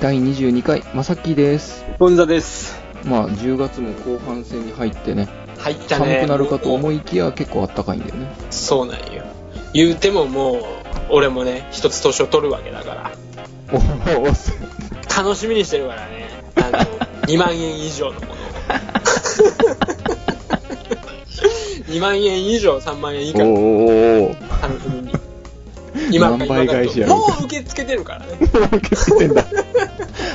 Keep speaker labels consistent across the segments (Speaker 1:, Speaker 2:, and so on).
Speaker 1: 第22回まさきです
Speaker 2: ポンザです。
Speaker 1: まあ10月も後半戦に入ってね
Speaker 2: 入ったね。
Speaker 1: 寒くなるかと
Speaker 2: う。
Speaker 1: 思いきや結構あったかいんだよね
Speaker 2: そうなんよ。言うてももう、俺もね、一つ年を取るわけだから。
Speaker 1: おおおそう
Speaker 2: 楽しみにしてるからね。あ の、2万円以上のものを。2万円以上、3万円以下
Speaker 1: お
Speaker 2: の
Speaker 1: おおお
Speaker 2: 楽しみに。
Speaker 1: 何
Speaker 2: か
Speaker 1: 倍返しや
Speaker 2: 今
Speaker 1: ろう
Speaker 2: か
Speaker 1: か
Speaker 2: ともう受け付けてるからね。
Speaker 1: 結てんだ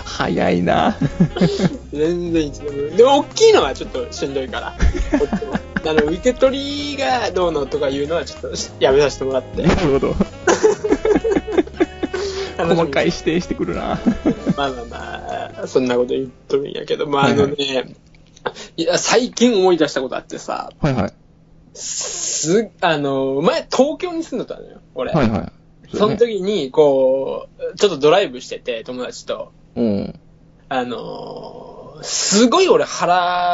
Speaker 1: 早いな
Speaker 2: 全然一度も。で、大きいのはちょっとしんどいから。 こっちもあの、受け取りがどうのとかいうのはちょっとしやめさせてもらって。
Speaker 1: なるほど
Speaker 2: 楽しみに
Speaker 1: 細かい指定してくるな
Speaker 2: まあまあまあ、そんなこと言っとるんやけど、まああのね、いや、最近思い出したことあってさ、
Speaker 1: はいはい
Speaker 2: す、あの、前東京に住んでたのよ、俺。
Speaker 1: はいはい
Speaker 2: そうの
Speaker 1: だね
Speaker 2: 時に、こう、ちょっとドライブしてて、友達と、
Speaker 1: うん
Speaker 2: あの、すごい俺腹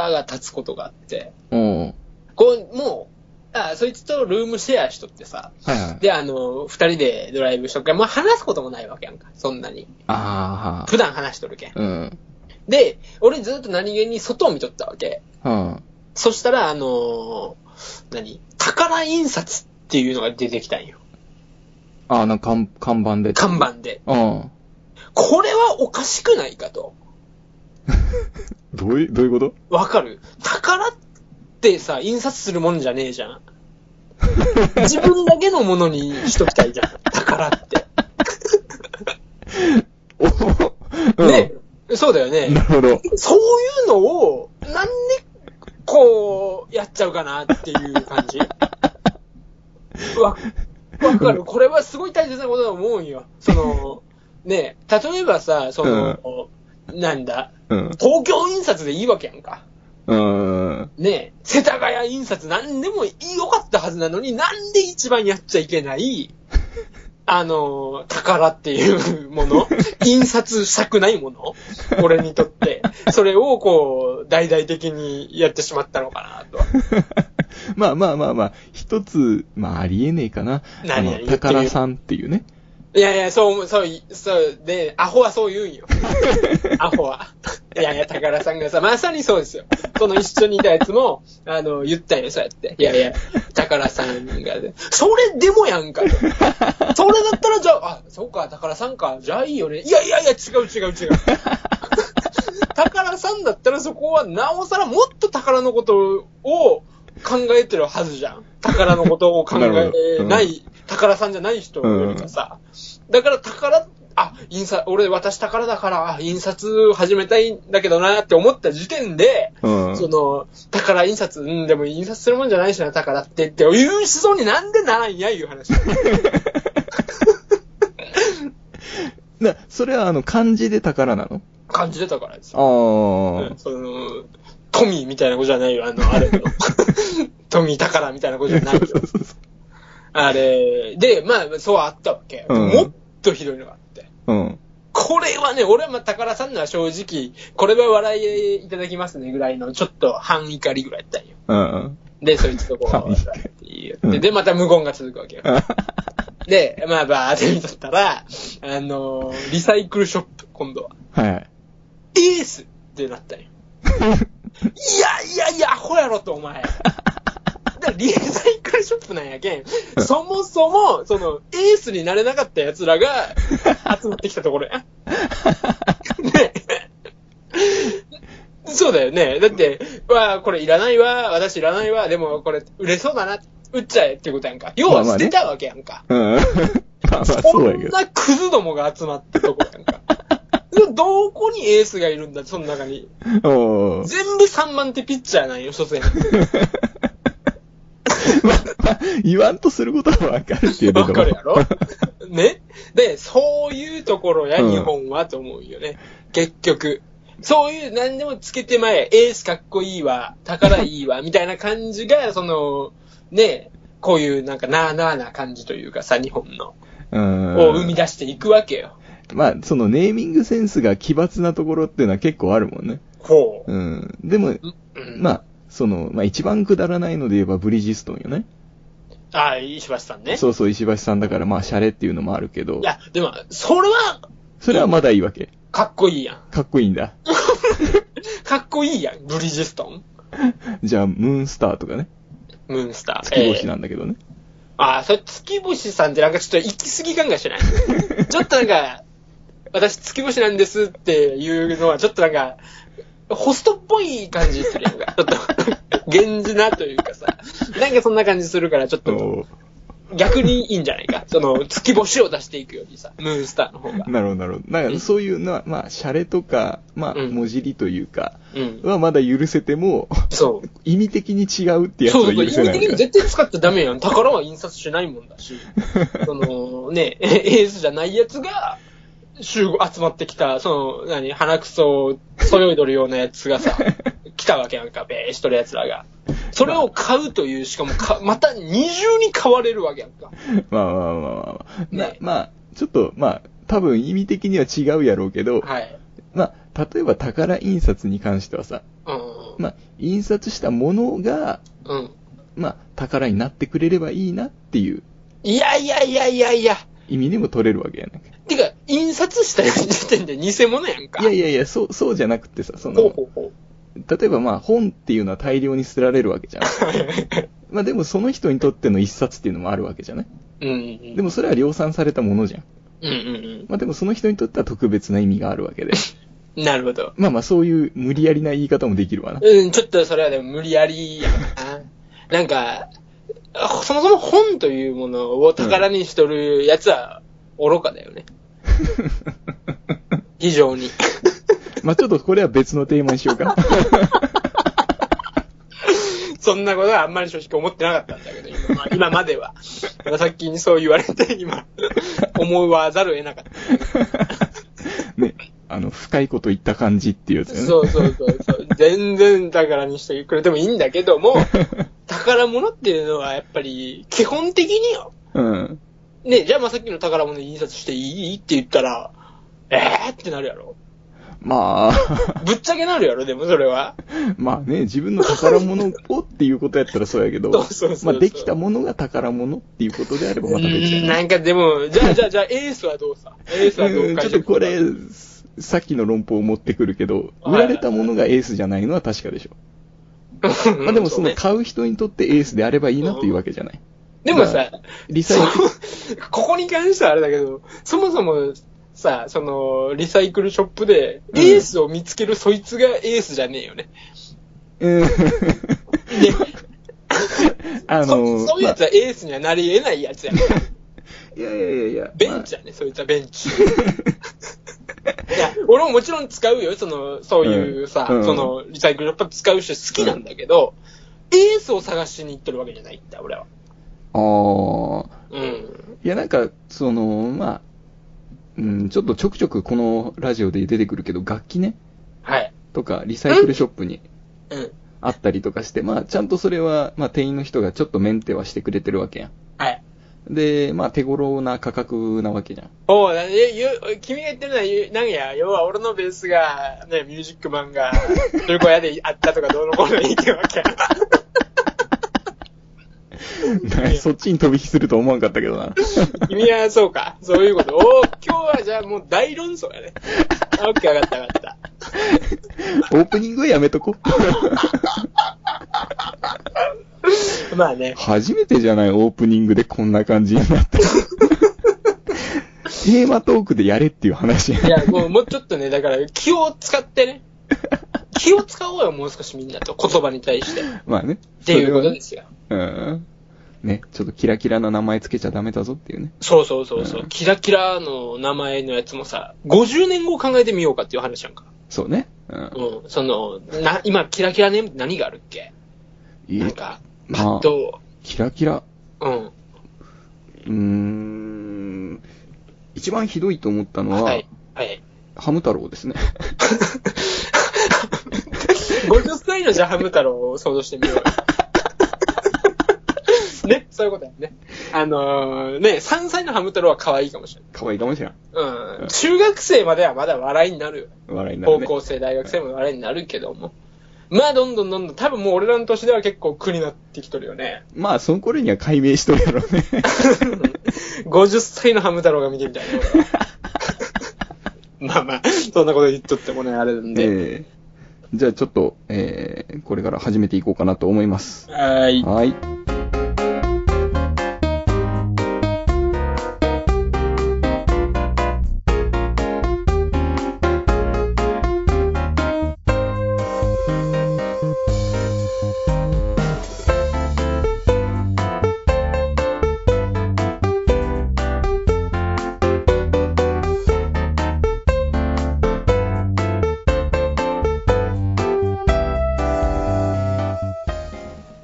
Speaker 2: が立つことがあって、
Speaker 1: うん
Speaker 2: こう、もう、あ、そいつとルームシェアしとってさ、
Speaker 1: はいはい
Speaker 2: で、あの、二人でドライブしとっから、まあ話すこともないわけやんか、そんなに。
Speaker 1: あ
Speaker 2: 普段話しとるけん
Speaker 1: あ。うん
Speaker 2: で、俺ずっと何気に外を見とったわけ。
Speaker 1: は
Speaker 2: そしたら、あのー何宝印刷っていうのが出てきたんよ。
Speaker 1: ああなんか看看板で
Speaker 2: 看板で。
Speaker 1: うん
Speaker 2: これはおかしくないかと。
Speaker 1: どういうどういうこと
Speaker 2: わかる宝ってさ、印刷するもんじゃねえじゃん。自分だけのものにしときたいじゃん。宝 って。
Speaker 1: おお
Speaker 2: ね、そうだよ
Speaker 1: な
Speaker 2: ね
Speaker 1: る。ほど。
Speaker 2: そういうのを、なんで、こう、やっちゃうかなっていう感じ。わ、わかる。これはすごい大切なことだと思うんよ。その、ねえ例えばさ、その、なんだ、
Speaker 1: うん。
Speaker 2: 東京印刷でいいわけやんか。
Speaker 1: うん。
Speaker 2: ねえ世田谷印刷なんでもいいよかったはずなのに、なんで一番やっちゃいけない、あの、宝っていうもの、印刷したくないもの、俺にとって、それをこう、大々的にやってしまったのかなとは。
Speaker 1: まあまあまあまあ、一つ、まあありえねえかな。あ
Speaker 2: 何
Speaker 1: の
Speaker 2: 々、
Speaker 1: 宝さんっていうね。
Speaker 2: いやいや、そう思う、そう、そう、で、アホはそう言うんよ。 アホは。いやいや、宝さんがさ、まさにそうですよ。その一緒にいたやつも、あの、言ったんよ、そうやって。いやいや、宝さんが、それでもやんかと。 それだったら、じゃあ、あ、そうか、宝さんか、じゃあいいよね。いやいやいや、違う違 う違う。宝さんだったらそこは、なおさらもっと宝のことを考えてるはずじゃん。宝のことを考え
Speaker 1: な
Speaker 2: な
Speaker 1: る
Speaker 2: い、
Speaker 1: ほ
Speaker 2: 宝さんじゃない人よりかさ、だから宝、あ、印刷、俺私宝だから、あ印刷始めたいんだけどなって思った時点で、
Speaker 1: うん。
Speaker 2: その、宝印刷、うん、でも印刷するもんじゃないしな、宝ってって、いう思想になんでならんや、いう話。
Speaker 1: な、それはあの、漢字で宝なの
Speaker 2: 感じてたからですよ。
Speaker 1: あ
Speaker 2: うんその、富みたいな子じゃないよ、あの、あれの。富宝みたいな子じゃ
Speaker 1: あ。
Speaker 2: ない
Speaker 1: そ
Speaker 2: よ
Speaker 1: う。そうそうそ
Speaker 2: あれ、で、まあ、そうあったわけ。
Speaker 1: うん
Speaker 2: もっとひどいのがあって。
Speaker 1: う。うん。
Speaker 2: これはね、俺はまあ宝さんのは正直、これは笑いいただきますねぐらいの、ちょっと半怒りぐらいやったんよ。
Speaker 1: うん。
Speaker 2: で、そいつとこう、
Speaker 1: 半
Speaker 2: 笑
Speaker 1: 怒り
Speaker 2: って言
Speaker 1: う
Speaker 2: っ
Speaker 1: ん
Speaker 2: て、で、また無言が続くわけよ。で、まあバーって見とったら、あのーリサイクルショップ、今度は。
Speaker 1: はい。
Speaker 2: エースってなったんよ。いやいやいや、アホやろと、お前。 だからリサイクルショップなんやけん、そもそも、その、エースになれなかった奴ら が、集まってきたところや。ね。そうだよね。だって、わあ、これいらないわ、私いらないわ、でもこれ売れそうだな、売っちゃえっていうことやんか。要
Speaker 1: まあ
Speaker 2: は
Speaker 1: まあ
Speaker 2: 捨
Speaker 1: ね
Speaker 2: てたわけやんか。
Speaker 1: うん。まあまあ、
Speaker 2: こ
Speaker 1: そうやけ
Speaker 2: ん
Speaker 1: ど。
Speaker 2: なクズどもが集まったとこやんか。どこにエースがいるんだ、その中に。
Speaker 1: おー
Speaker 2: 全部3万ってピッチャーなんよ、所詮。
Speaker 1: まあまあ、言わんとすることはわかるけれども。
Speaker 2: わかるやろ ねで、そういうところや、
Speaker 1: うん
Speaker 2: 日本はと思うよね。結局。そういう、何でもつけて前、エースかっこいいわ、宝いいわ、 みたいな感じが、その、ね、こういうなんかなあなあな感じというかさ、日本の、
Speaker 1: うん。
Speaker 2: を生み出していくわけよ。
Speaker 1: まあ、そのネーミングセンスが奇抜なところっていうのは結構あるもんね。
Speaker 2: ほう。
Speaker 1: うん。でも、
Speaker 2: うん、
Speaker 1: まあ、その、まあ一番くだらないので言えばブリヂストンよね。
Speaker 2: ああ、石橋さんね。
Speaker 1: そうそう、石橋さんだからまあ、シャレっていうのもあるけど
Speaker 2: い、や、でも、それは、
Speaker 1: それはまだいいわけ。
Speaker 2: かっこいい やん。
Speaker 1: かっこいいんだ。
Speaker 2: かっこいいやん、ブリヂストン。
Speaker 1: じゃあ、ムーンスターとかね。
Speaker 2: ムーンスター。
Speaker 1: 月星
Speaker 2: ええ
Speaker 1: なんだけどね。
Speaker 2: ああ、それ月星さんってなんかちょっと行き過ぎ感が しないちょっとなんか、私月星なんですっていうのはちょっとなんか、ホストっぽい感じするやん か。ちょっと、源氏なというかさ。なんかそんな感じするから、ちょっと
Speaker 1: お
Speaker 2: 逆にいいんじゃないか。その、月星を出していくよりさ、ムーンスターの方が
Speaker 1: ー。なるほど、なるほど。なん
Speaker 2: うん
Speaker 1: か、そういうのは、まあ、シャレとか、まあ、
Speaker 2: うん
Speaker 1: 文字りというか、
Speaker 2: うん。
Speaker 1: はまだ許せても、
Speaker 2: そう。
Speaker 1: 意味的に違うってやつ
Speaker 2: そう
Speaker 1: は
Speaker 2: そうそう、
Speaker 1: 許
Speaker 2: 意
Speaker 1: せ
Speaker 2: 味
Speaker 1: ない
Speaker 2: 的に絶対使っちゃダメやん。宝は印刷しないもんだし。 そのね、 エースじゃないやつが、集合、集まってきた、その、何、鼻くそを、そよいどるようなやつがさ、来たわけやんか、べーしとるやつらが。それを買うという、しかもか、また二重に買われるわけやんか。
Speaker 1: まあまあまあまあまあ。な
Speaker 2: ね
Speaker 1: まあ、ちょっと、まあ、多分意味的には違うやろうけど、
Speaker 2: はい。
Speaker 1: まあ、例えば宝印刷に関してはさ、
Speaker 2: うん。
Speaker 1: まあ、印刷したものが、
Speaker 2: うん。
Speaker 1: まあ、宝になってくれればいいなっていう
Speaker 2: いやいやいやいやいや。
Speaker 1: 意味でも取れるわけやな
Speaker 2: てか、印刷した時点で偽物やんか。
Speaker 1: いやいやいや、そう、そうじゃなくてさ、そ
Speaker 2: ほう
Speaker 1: の、
Speaker 2: ほうほう。
Speaker 1: 例えばまあ、本っていうのは大量に捨てられるわけじゃ ん。まあでもその人にとっての一冊っていうのもあるわけじゃない
Speaker 2: うんうん。
Speaker 1: でもそれは量産されたものじゃん。
Speaker 2: うんうん
Speaker 1: まあでもその人にとっては特別な意味があるわけで。
Speaker 2: うん。なるほど。
Speaker 1: まあまあそういう無理やりな言い方もでき るわな。
Speaker 2: うん、ちょっとそれはでも無理やりやな。なんか、そもそも本というものを宝にしとるやつは愚かだよね。非常に。
Speaker 1: まあちょっとこれは別のテーマにしようか。
Speaker 2: そんなことはあんまり正直思ってなかったんだけど、今,、まあ今までは。さっきにそう言われて、今、思わざるを得なかった。
Speaker 1: ね、あの、深いこと言った感じっていうやつね。
Speaker 2: そうそうそうそう。全然宝にしてくれてもいいんだけども、宝物っていうのはやっぱり基本的によ、
Speaker 1: うん。
Speaker 2: ね、じゃあまあさっきの宝物に印刷していいって言ったら、えーってなるやろ。
Speaker 1: まあ、
Speaker 2: ぶっちゃけなるやろ、でもそれは。
Speaker 1: まあね、自分の宝物をっていうことやったらそうやけど、
Speaker 2: そうそうそう
Speaker 1: まあできたものが宝物 っていうことであれば
Speaker 2: う
Speaker 1: また別
Speaker 2: ーん、
Speaker 1: に。
Speaker 2: なんかでも、じゃあじゃあじゃあエースはどうさエースはど
Speaker 1: う
Speaker 2: うんか
Speaker 1: ちょっとこれ、さっきの論法を持ってくるけど、
Speaker 2: はい
Speaker 1: 売られたものがエースじゃないのは確かでしょ。 ま
Speaker 2: ま
Speaker 1: あでもその買う人にとってエースであればいいなというわけじゃない。
Speaker 2: でもさ、
Speaker 1: リサ
Speaker 2: そ
Speaker 1: イ
Speaker 2: の
Speaker 1: クル、
Speaker 2: ここに関してはあれだけど、そもそもさ、その、リサイクルショップで、
Speaker 1: うん
Speaker 2: エースを見つけるそいつがエースじゃねえよね。
Speaker 1: うん
Speaker 2: で、
Speaker 1: あの
Speaker 2: そ、そういうやつはエースにはなり得ないやつ やから。
Speaker 1: まあいやいやいやいや、
Speaker 2: ベンチやね、そいつはベンチ。いや、 俺ももちろん使うよ、その、そういうさ、
Speaker 1: うんうん
Speaker 2: その、リサイクルやっぱ使うし好きなんだけど、エースを探しに行ってるわけじゃないんだ、俺は。
Speaker 1: まあ、ああ、
Speaker 2: うん。
Speaker 1: いやなんか、その、まあ、うん、ちょっとちょくちょくこのラジオで出てくるけど、楽器ね、
Speaker 2: はい。
Speaker 1: とか、リサイクルショップに
Speaker 2: うん。
Speaker 1: あったりとかして、まあ、ちゃんとそれは、まあ、店員の人がちょっとメンテはしてくれてるわけやん。
Speaker 2: はい。
Speaker 1: で、まあ、手頃な価格なわけじゃん。
Speaker 2: おう、なえゆ君が言ってるのはゆ、なんや、要は俺のベースが、ね、ミュージックマンが、中古屋であったとかどうのこうの言ってるわけ や。
Speaker 1: そっちに飛び火すると思わんかったけどな。
Speaker 2: 君はそうか。そういうこと。おう今日はじゃあもう大論争やね。オッケー、わかったわかった。
Speaker 1: オープニングはやめとこ。
Speaker 2: まあね。
Speaker 1: 初めてじゃないオープニングでこんな感じにな った。テーマトークでやれっていう話や
Speaker 2: いや、もう、もうちょっとね、だから、気を使ってね。気を使おうよ、もう少しみんなと。言葉に対して。っ
Speaker 1: まあね。って
Speaker 2: いうことですよ。
Speaker 1: うん。ね、ちょっとキラキラな名前つけちゃダメだぞっていうね。
Speaker 2: そうそうそうそう、
Speaker 1: うん
Speaker 2: キラキラの名前のやつもさ、50年後考えてみようかっていう話やんか。
Speaker 1: そうね。うん。
Speaker 2: うん。その、な、今、キラキラネームって何があるっけ
Speaker 1: い
Speaker 2: なん
Speaker 1: や、
Speaker 2: か、
Speaker 1: まあ
Speaker 2: パッと、
Speaker 1: キラキラ。
Speaker 2: うん。
Speaker 1: うーん。一番ひどいと思ったのは、
Speaker 2: はい。はい。
Speaker 1: ハム太郎ですね。
Speaker 2: 50歳のジャハム太郎を想像してみようよ。ね、そういうことやね。あのーね、3歳のハム太郎は可愛いかもしれない。
Speaker 1: 可愛いかもしれん。
Speaker 2: うん中学生まではまだ笑いになるよ。
Speaker 1: 笑いになる
Speaker 2: 高
Speaker 1: ね。
Speaker 2: 校生、大学生も笑いになるけども。まあ、どんどんどんどん、多分もう俺らの年では結構苦になってきとるよ ね。
Speaker 1: まあ、その頃には解明しとるやろう ね。
Speaker 2: 50歳のハム太郎が見てみたいね、俺は。まあまあ、そんなこと言っとってもね、あれなんで。
Speaker 1: えーじゃあちょっと、えーこれから始めていこうかなと思います。
Speaker 2: はーい。
Speaker 1: はい。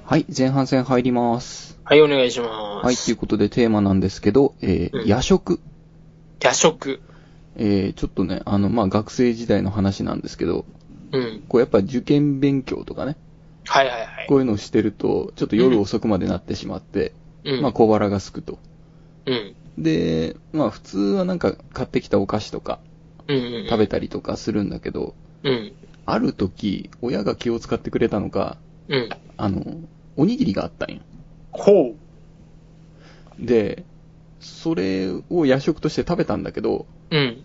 Speaker 1: はい、前半戦入ります。
Speaker 2: はい、お願いします。
Speaker 1: はい、ということでテーマなんですけど、えー
Speaker 2: うん
Speaker 1: 夜食。
Speaker 2: 夜食。
Speaker 1: えーちょっとね、あの、まあ、学生時代の話なんですけど、
Speaker 2: うん。
Speaker 1: こうやっぱ受験勉強とかね、
Speaker 2: はいはいはい。
Speaker 1: こういうのをしてると、ちょっと夜遅くまでなってしまって、
Speaker 2: うん。
Speaker 1: まあ、小腹が空くと。
Speaker 2: うん。
Speaker 1: で、まあ、普通はなんか買ってきたお菓子とか
Speaker 2: うんうんうん。
Speaker 1: 食べたりとかするんだけど、
Speaker 2: うん。
Speaker 1: ある時、親が気を使ってくれたのか、
Speaker 2: うん。
Speaker 1: あの、おにぎりがあったんよ。
Speaker 2: ほう。
Speaker 1: で、それを夜食として食べたんだけど、
Speaker 2: うん。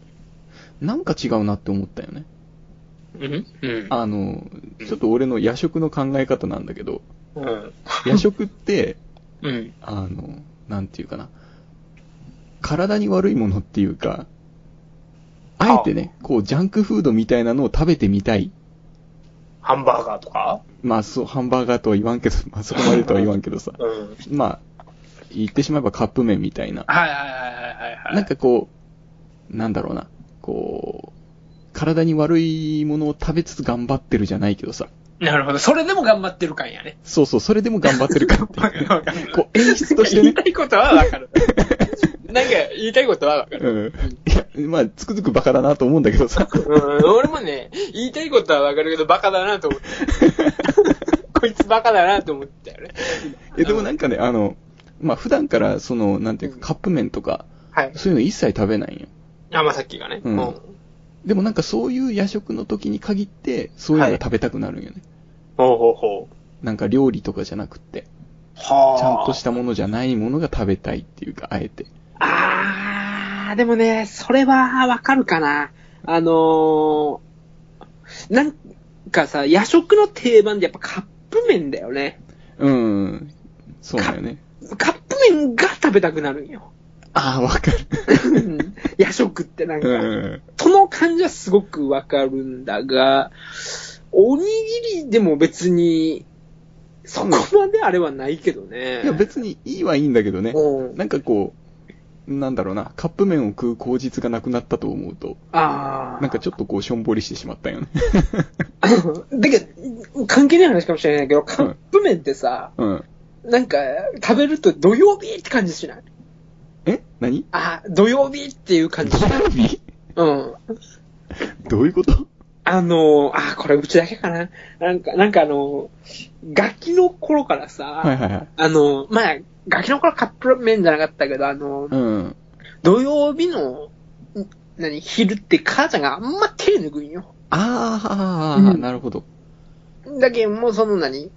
Speaker 1: なんか違うなって思ったよね。
Speaker 2: うんうん。
Speaker 1: あの、ちょっと俺の夜食の考え方なんだけど、
Speaker 2: うん。
Speaker 1: 夜食って、
Speaker 2: うん。
Speaker 1: あの、なんていうかな。体に悪いものっていうか、あえてね、こう、ジャンクフードみたいなのを食べてみたい。
Speaker 2: ハンバーガーとか
Speaker 1: まあ、そう、ハンバーガーとは言わんけど、 まあ、そこまでとは言わんけどさ。
Speaker 2: うん。
Speaker 1: まあ、言ってしまえばカップ麺みたいな。
Speaker 2: はいはいはいはいはい。
Speaker 1: なん、かこう、なんだろうな。こう、体に悪いものを食べつつ頑張ってるじゃないけどさ。
Speaker 2: なるほど。それでも頑張ってる感やね。
Speaker 1: そうそう、それでも頑張ってるかって
Speaker 2: わか
Speaker 1: い
Speaker 2: る
Speaker 1: う。
Speaker 2: わかる。
Speaker 1: こう、演出として
Speaker 2: 言
Speaker 1: ね
Speaker 2: いた。いことはわかる。なんか、言いたいことはわかる。
Speaker 1: うん。いや、まあ、つくづくバカだなと思うんだけどさ。
Speaker 2: うん、俺もね、言いたいことはわかるけど、バカだなと 思った。こいつバカだなと思ったよね。
Speaker 1: いや、でもなんかね、あの、まあ、普段から、その、なんていう
Speaker 2: うん
Speaker 1: か、カップ麺とか、
Speaker 2: はい。
Speaker 1: そういうの一切食べないんよ。
Speaker 2: あ、まあ、さっきがね。
Speaker 1: うんでもなんかそういう夜食の時に限って、そういうのが食べたくなるんよね。
Speaker 2: ほうほうほう。
Speaker 1: なんか料理とかじゃなくて、
Speaker 2: はあ。
Speaker 1: ちゃんとしたものじゃないものが食べたいっていうか、あえて。
Speaker 2: あー、でもね、それはわかるかな。あのー、なんかさ、夜食の定番でやっぱカップ麺だよね。
Speaker 1: うん。そうだよね。
Speaker 2: カップ麺が食べたくなるんよ。
Speaker 1: ああ、わかる。
Speaker 2: うん 夜食ってなんか、
Speaker 1: うん。
Speaker 2: その感じはすごくわかるんだが、おにぎりでも別に、そこまであれはないけどね。
Speaker 1: いや、別にいいはいいんだけどね。
Speaker 2: うん
Speaker 1: なんかこう、なんだろうな、カップ麺を食う口実がなくなったと思うと、
Speaker 2: ああ。
Speaker 1: なんかちょっとこう、しょんぼりしてしまったよね。
Speaker 2: だけど、関係ない話かもしれないけど、カップ麺ってさ、
Speaker 1: うん。
Speaker 2: なんか、食べると土曜日って感じしない
Speaker 1: え何
Speaker 2: あ、土曜日っていう感じ しな
Speaker 1: 土
Speaker 2: い
Speaker 1: 曜日
Speaker 2: うん。
Speaker 1: どういうこと
Speaker 2: あのー、あ、これうちだけかな。なんか、なんかあのー、ガキの頃からさ、
Speaker 1: はいはいはい。
Speaker 2: あのー、まあ、ガキの頃カップ麺じゃなかったけど、あのー、
Speaker 1: うん。
Speaker 2: 土曜日の、ん何、昼って母ちゃんがあんま手抜くんよ。
Speaker 1: あ
Speaker 2: ー
Speaker 1: あ、
Speaker 2: うん
Speaker 1: なるほど。
Speaker 2: だけどもうその何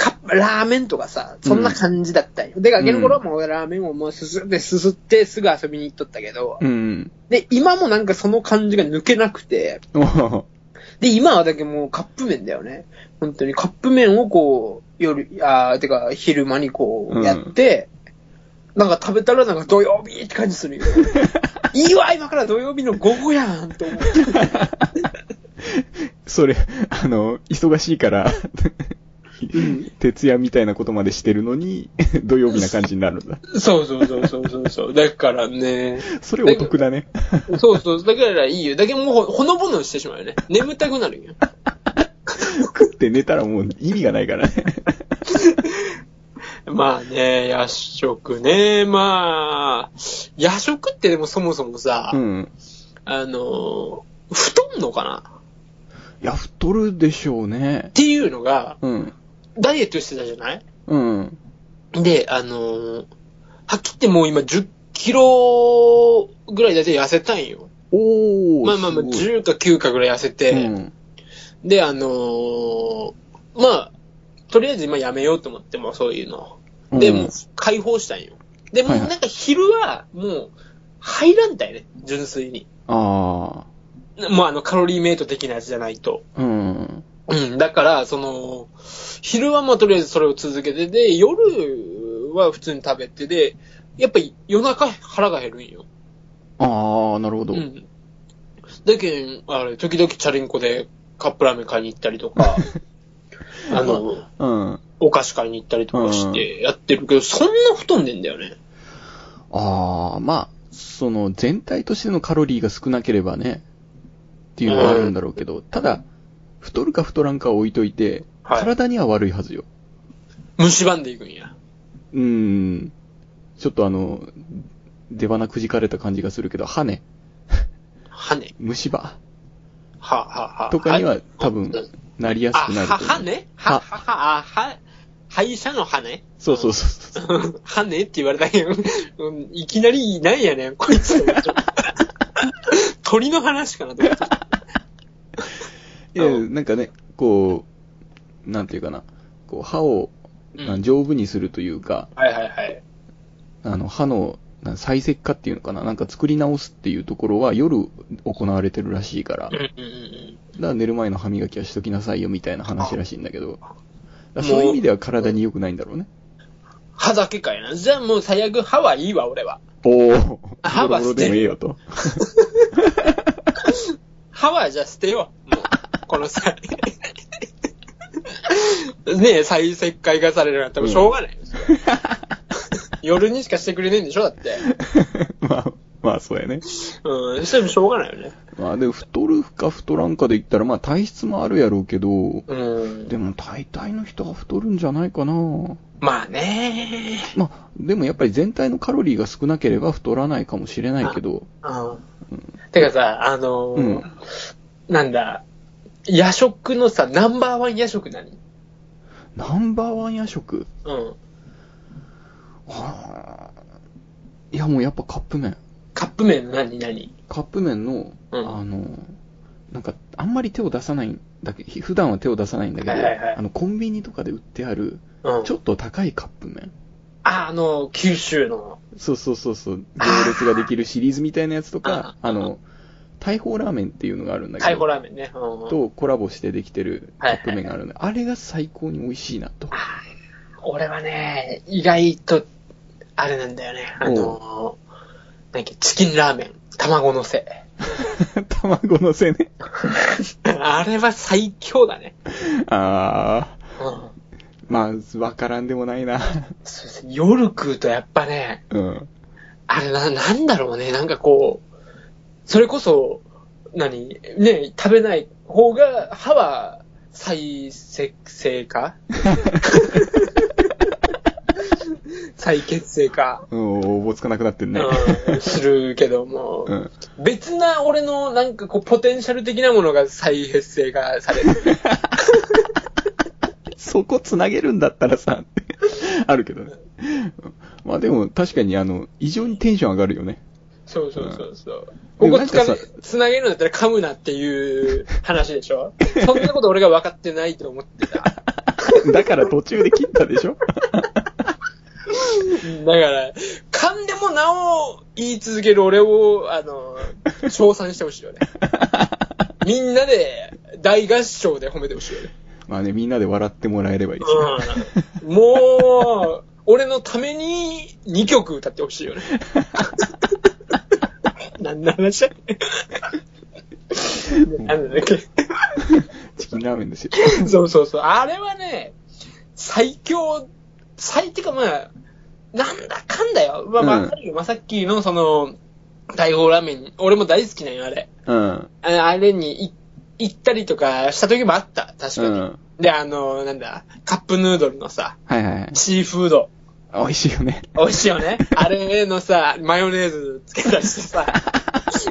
Speaker 2: カップ、ラーメンとかさ、そんな感じだったんよ。で、ガキの頃はもうラーメンをもうすすってすすってすぐ遊びに行っとったけど、
Speaker 1: うん。
Speaker 2: で、今もなんかその感じが抜けなくて、
Speaker 1: おー
Speaker 2: で、今はだけもうカップ麺だよね。本当にカップ麺をこう、夜、あーてか昼間にこうやって、なんか食べたらなんか土曜日って感じす るよ。いいわ、今から土曜日の午後やんと思って。
Speaker 1: それ、あの、忙しいから、徹夜みたいなことまでしてるのに、土曜日な感じになるんだ。
Speaker 2: そうそうそうそうそうそう。だからね。
Speaker 1: それお得だね。
Speaker 2: そうそう。だからいいよ。だけどもうほのぼのしてしまうよね。眠たくなるよ。
Speaker 1: 食って寝たらもう意味がないからね。
Speaker 2: まあね、夜食ね。まあ、夜食ってでもそもそもさ、
Speaker 1: うん。
Speaker 2: あのー、太んのかなっ
Speaker 1: いや、太るでしょうね。
Speaker 2: ていうのが、
Speaker 1: うん。
Speaker 2: ダイエットしてたじゃない
Speaker 1: うん。
Speaker 2: で、あのー、はっきり言ってもう今10キロぐらいだって痩せたんよ。
Speaker 1: おー。
Speaker 2: まあまあまあ、
Speaker 1: す
Speaker 2: 10か9かぐらい痩せ
Speaker 1: ご
Speaker 2: て、
Speaker 1: いうん。
Speaker 2: で、あのーまあ、とりあえず今やめようと思っても、そういうの。で、
Speaker 1: うん
Speaker 2: もう解放したんよ。で、もう
Speaker 1: はいはい
Speaker 2: なんか昼は、もう、入らんだよね、純粋に。
Speaker 1: あ
Speaker 2: もうあの、カロリーメイト的なやつじゃないと。
Speaker 1: うん。
Speaker 2: うん、だから、その、昼はまあとりあえずそれを続けてで、夜は普通に食べてで、やっぱり夜中腹が減るんよ。
Speaker 1: ああ、なるほど。
Speaker 2: うん。だけん、あれ、時々チャリンコでカップラーメン買いに行ったりと か、あの、
Speaker 1: うん。
Speaker 2: お菓子買いに行ったりとかしてやってるけど、そんな太んでんだよね。
Speaker 1: ああ、まあ、その全体としてのカロリーが少なければね、っていうのはあるんだろうけど、ただ、太るか太らんかは置いといて、
Speaker 2: はい
Speaker 1: 体には悪いはずよ。
Speaker 2: 蝕んでいくんや。
Speaker 1: うーん。ちょっとあの、出花くじかれた感じがするけど、歯ね、
Speaker 2: 歯ね。
Speaker 1: 虫歯
Speaker 2: 歯、歯、歯。
Speaker 1: とかには多
Speaker 2: う
Speaker 1: 分
Speaker 2: ん、
Speaker 1: なりやす
Speaker 2: あ、
Speaker 1: くなると
Speaker 2: 歯、
Speaker 1: 思う。
Speaker 2: 歯ね歯、
Speaker 1: 歯
Speaker 2: 歯、歯、歯、歯医者の歯ね。
Speaker 1: そうそうそうそう。
Speaker 2: はねって言われたけど、うんいきなり、なんやねん、こいつ。鳥の話かなと思って。
Speaker 1: いや、なんかね、こう、なんていうかな、こう、歯を
Speaker 2: うん
Speaker 1: あ丈夫にするというか、
Speaker 2: はいはいはい。
Speaker 1: あの、歯のな再石化っていうのかな、なんか作り直すっていうところは夜行われてるらしいから、
Speaker 2: う
Speaker 1: だか
Speaker 2: んうんうん
Speaker 1: ら寝る前の歯磨きはしときなさいよみたいな話らしいんだけど、だから
Speaker 2: もう
Speaker 1: そういう意味では体に良くないんだろうね。
Speaker 2: 歯だけかいな。じゃあもう最悪歯はいいわ、俺は。
Speaker 1: おー、
Speaker 2: 歯
Speaker 1: ボ
Speaker 2: は
Speaker 1: ロボロでもいいよと。
Speaker 2: 歯はじゃあ捨てよう。もう、この際。 ねえ、再石灰化されるなんてもうしょうが ない。夜にしかしてくれねえんでしょだって。
Speaker 1: まあ、まあそうやね。
Speaker 2: うん、してもしょうがないよね。
Speaker 1: まあでも太るか太らんかで言ったら、まあ体質もあるやろうけど、
Speaker 2: うん。
Speaker 1: でも大体の人は太るんじゃないかな
Speaker 2: まあね
Speaker 1: まあ、でもやっぱり全体のカロリーが少なければ太らないかもしれないけど、
Speaker 2: うん。てかさ、あのー
Speaker 1: うん
Speaker 2: なんだ、夜食のさ、ナンバーワン夜食何
Speaker 1: ナンバーワン夜食
Speaker 2: うん。
Speaker 1: はあいやもうやっぱカップ麺。
Speaker 2: カップ麺の何何
Speaker 1: カップ麺の、
Speaker 2: うん
Speaker 1: あの、なんかあんまり手を出さないんだけ普段は手を出さないんだけど、
Speaker 2: はいはいはい
Speaker 1: あのコンビニとかで売ってある、
Speaker 2: うん。
Speaker 1: ちょっと高いカップ麺。
Speaker 2: あ、あの、九州の。
Speaker 1: そうそうそう そう、行列ができるシリーズみたいなやつとか、あの、大砲ラーメンっていうのがあるんだ
Speaker 2: タ
Speaker 1: け
Speaker 2: イホ
Speaker 1: ど、
Speaker 2: ラーメンね。うん。
Speaker 1: とコラボしてできてるカップ麺があるんで、あれが最高に美味しいなと。
Speaker 2: あー俺はね、意外と、あれなんだよね。あのー、なんかチキンラーメン、卵 のせ。
Speaker 1: 卵のせ ね。
Speaker 2: あれは最強だね。
Speaker 1: ああ、
Speaker 2: うん。
Speaker 1: まあ、わからんでもないな。
Speaker 2: そうですね夜食うとやっぱね、
Speaker 1: うん。
Speaker 2: あれな、なんだろうね、なんかこう、それこそ、何ね、食べない方が、歯は再生 成か再結成か、
Speaker 1: おぼつかなくなってんね。
Speaker 2: うん、するけども、
Speaker 1: うん。
Speaker 2: 別な俺のなんかこう、ポテンシャル的なものが再結成化される。
Speaker 1: そこつなげるんだったらさ、あるけどね。まあでも確かにあの、異常にテンション上がるよね。
Speaker 2: そうそうそうそう。
Speaker 1: うん
Speaker 2: こ
Speaker 1: でも
Speaker 2: こ
Speaker 1: なん
Speaker 2: つか
Speaker 1: かさ
Speaker 2: め、つなげるんだったら噛むなっていう話でし ょそんなこと俺が分かってないと思ってた。
Speaker 1: だから途中で切ったでしょ
Speaker 2: だから、噛んでもなお言い続ける俺を、あの、称賛してほしいよね。みんなで大合唱で褒めてほしいよね。
Speaker 1: まあね、みんなで笑ってもらえればいいですね。
Speaker 2: うん。もう、俺のために2曲歌ってほしいよね。何の話だっけ何だっけ
Speaker 1: チキンラーメンですよ。
Speaker 2: そうそうそう。あれはね、最強、最、てかまあ、なんだかんだよ。まあ、
Speaker 1: うん
Speaker 2: まさき、まさっきのその、大砲ラーメン、俺も大好きなんよ、あれ。
Speaker 1: うん。
Speaker 2: ああれにい行ったりとかした時もあった、確か
Speaker 1: う
Speaker 2: に。
Speaker 1: ん。
Speaker 2: で、あの、なんだ、カップヌードルのさ、
Speaker 1: はいはいはい。
Speaker 2: シーフード。
Speaker 1: 美味しいよね。
Speaker 2: 美味しい よね。あれのさ、マヨネーズつけたりしてさ、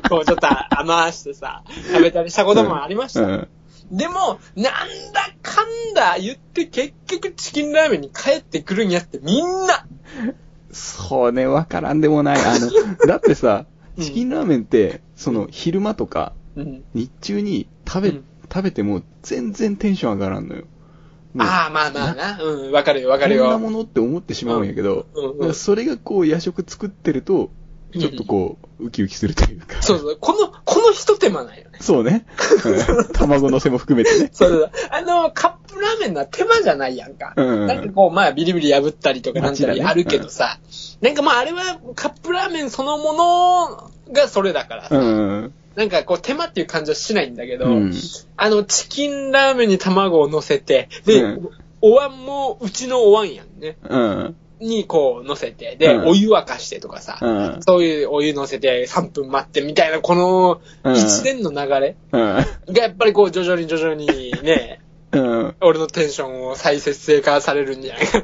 Speaker 2: こうちょっと甘してさ、食べたりしたこともありました。
Speaker 1: うん。
Speaker 2: でも、なんだかんだ言って結局チキンラーメンに帰ってくるんやってみんな。
Speaker 1: そうね、わからんでもない。 あの、だってさ、
Speaker 2: うん
Speaker 1: チキンラーメンって、その、昼間とか、
Speaker 2: うん。
Speaker 1: 日中に食べ、
Speaker 2: うん
Speaker 1: 食べても全然テンション上がらんのよ。もう
Speaker 2: ああ、まあまあな。うん、わかるよ、わかる
Speaker 1: こんな
Speaker 2: よ。
Speaker 1: ものって思ってしまうんやけど、
Speaker 2: うんうん
Speaker 1: だからそれがこう夜食作ってると、ちょっとこう、ウキウキするというか。
Speaker 2: そうそう。この、この一手間なんよね。
Speaker 1: そうね。 うん卵のせも含めてね。
Speaker 2: そうそう。あの、カップラーメンのは手間じゃないやんか。
Speaker 1: うんうん
Speaker 2: なんかこう、まあ、ビリビリ破ったりとかなんた
Speaker 1: 街
Speaker 2: り
Speaker 1: だね
Speaker 2: あるけどさ。なんかまあ、あれはカップラーメンそのものがそれだからさ。
Speaker 1: うん。
Speaker 2: なんかこう、手間っていう感じはしないんだけど、
Speaker 1: うん
Speaker 2: あの、チキンラーメンに卵を乗せて、で、
Speaker 1: うん
Speaker 2: お椀も、うちのお椀やんね。
Speaker 1: うん。
Speaker 2: にこう乗せて、で、
Speaker 1: うん
Speaker 2: お湯沸かしてとかさ、
Speaker 1: うん
Speaker 2: そういうお湯乗せて3分待ってみたいな、この
Speaker 1: うん
Speaker 2: 一連の流れ
Speaker 1: うん。
Speaker 2: がやっぱりこう徐々に徐々にね、
Speaker 1: うん。
Speaker 2: 俺のテンションを再節制化されるんじゃないか。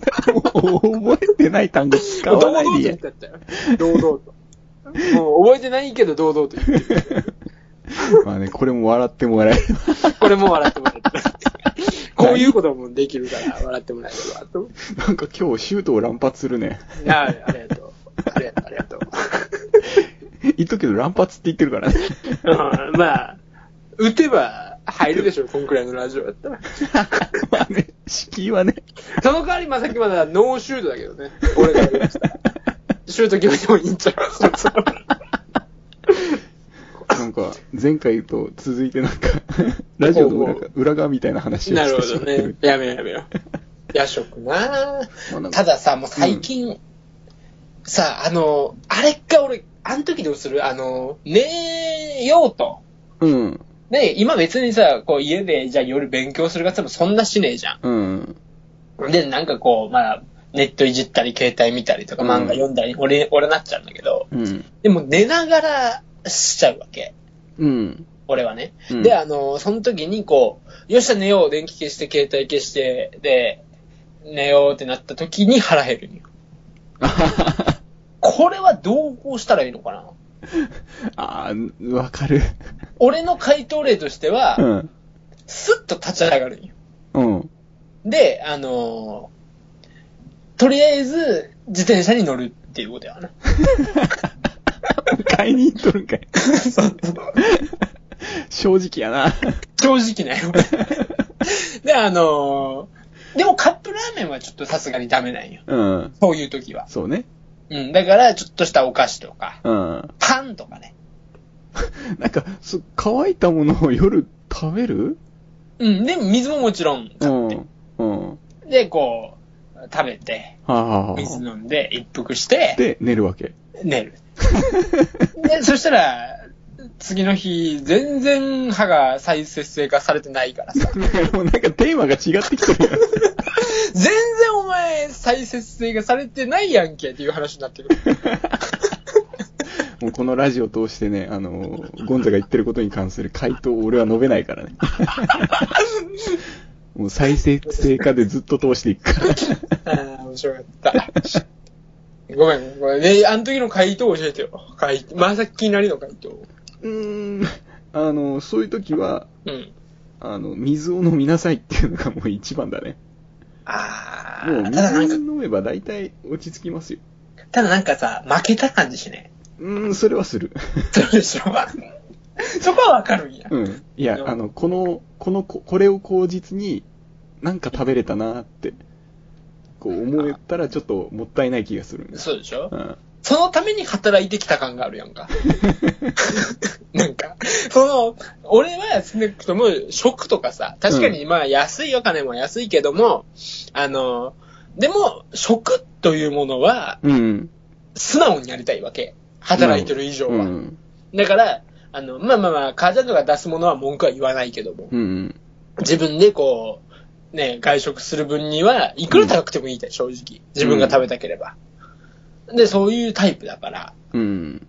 Speaker 1: 覚えてない単語使
Speaker 2: 堂
Speaker 1: わな
Speaker 2: 々と
Speaker 1: い
Speaker 2: 言っ
Speaker 1: で
Speaker 2: てったよ。堂々と。もう覚えてないけど堂々と言ってる。
Speaker 1: まあね、これも笑ってもらえる。
Speaker 2: これも笑ってもらえる。こういうこともできるから笑ってもらえればと。
Speaker 1: なんか今日シュートを乱発するね。
Speaker 2: いやありがとう。ありがとう、ありがとう。
Speaker 1: 言っとくけど乱発って言ってるからね。
Speaker 2: うんまあ、打てば入るでしょ、こんくらいのラジオだったら。
Speaker 1: まあね、敷居はね。
Speaker 2: その代わり、まあさっきまだノーシュートだけどね。俺が言いました。シュート決めてもいいんちゃうそうそう
Speaker 1: なんか、前回と続いて なんか、ラジオの裏が 裏側みたいな話を
Speaker 2: なる
Speaker 1: して
Speaker 2: ほ
Speaker 1: し
Speaker 2: ど
Speaker 1: まってる
Speaker 2: ね。。やめようやめよう。夜食な
Speaker 1: まあなん
Speaker 2: ぁ。
Speaker 1: か
Speaker 2: たださ、もう最近、さ、あの、あれか俺、あの時どうするあの、寝ようと。
Speaker 1: うん。
Speaker 2: ね今別にさ、こう家で、じゃあ夜勉強するかってもそんなしねえじゃん。
Speaker 1: うん。
Speaker 2: で、なんかこう、まあ、ネットいじったり、携帯見たりとか、
Speaker 1: うん
Speaker 2: 漫画読んだり、俺、俺なっちゃうんだけど、
Speaker 1: うん。
Speaker 2: でも寝ながらしちゃうわけ。
Speaker 1: うん。
Speaker 2: 俺はね。
Speaker 1: うん
Speaker 2: で、あの、その時にこう、よっしゃ寝よう、電気消して、携帯消して、で、寝ようってなった時に腹減るんよ
Speaker 1: あ
Speaker 2: これはどうこうしたらいいのかな
Speaker 1: あー、わかる。
Speaker 2: 俺の回答例としては、
Speaker 1: うん。
Speaker 2: スッと立ち上がるんよ。
Speaker 1: うん。
Speaker 2: で、あのとりあえず、自転車に乗るっていうことやな。
Speaker 1: 買いに行っとるんかい。
Speaker 2: そう
Speaker 1: 正直やな。
Speaker 2: 正直 なよ。で、あのーでもカップラーメンはちょっとさすがにダメなんよ。
Speaker 1: うん。
Speaker 2: そういう時は。
Speaker 1: そうね。
Speaker 2: うん。だから、ちょっとしたお菓子とか、
Speaker 1: うん。
Speaker 2: パンとかね。
Speaker 1: なんか、そ乾いたものを夜食べる
Speaker 2: うん。で、水ももちろん買
Speaker 1: うん。
Speaker 2: っ
Speaker 1: うん。は
Speaker 2: て。で、こう、食べて、
Speaker 1: あはあ
Speaker 2: 水飲んで、一服して、
Speaker 1: で、寝るわけ。
Speaker 2: 寝る。で、そしたら、次の日、全然歯が再節制化されてないからさ。
Speaker 1: もうなんかテーマが違ってきてるよ。
Speaker 2: 全然お前、再節制がされてないやんけっていう話になってくる。
Speaker 1: もうこのラジオ通してね、あのー、ゴンザが言ってることに関する回答を俺は述べないからね。もう再生成果でずっと通していくから。
Speaker 2: ああ、面白かった。ごめん、ごめん。ね、あの時の回答教えてよ。回答。まさきなりの回答。
Speaker 1: うーん。あのー、そういう時は、
Speaker 2: うん。
Speaker 1: あの、水を飲みなさいっていうのがもう一番だね。
Speaker 2: あ
Speaker 1: もう
Speaker 2: あ、ただなん
Speaker 1: 水
Speaker 2: か、
Speaker 1: 飲めば大体落ち着きますよ。
Speaker 2: ただなんかさ、負けた感じしね。
Speaker 1: うーん、それはする。
Speaker 2: そうでしょ。そこはわかるんや。
Speaker 1: うん。いや、あの、この、この、ここれを口実に、なんか食べれたなーって、こう思えたらちょっともったいない気がするんです。
Speaker 2: そうでしょ
Speaker 1: うん。
Speaker 2: そのために働いてきた感があるやんか。 なんか、その、俺は少なくとも食とかさ、確かにまあ安いお金も安いけども、あの、でも食というものは、
Speaker 1: うん。
Speaker 2: 素直になりたいわけ。働いてる以上は。
Speaker 1: うん。
Speaker 2: だから、あの、まあまあまあ、母ちゃんとか出すものは文句は言わないけども、
Speaker 1: うん。
Speaker 2: 自分でこう、ね、外食する分には、いくら高くてもいいだよ、正直。自分が食べたければ。で、そういうタイプだから。
Speaker 1: うん。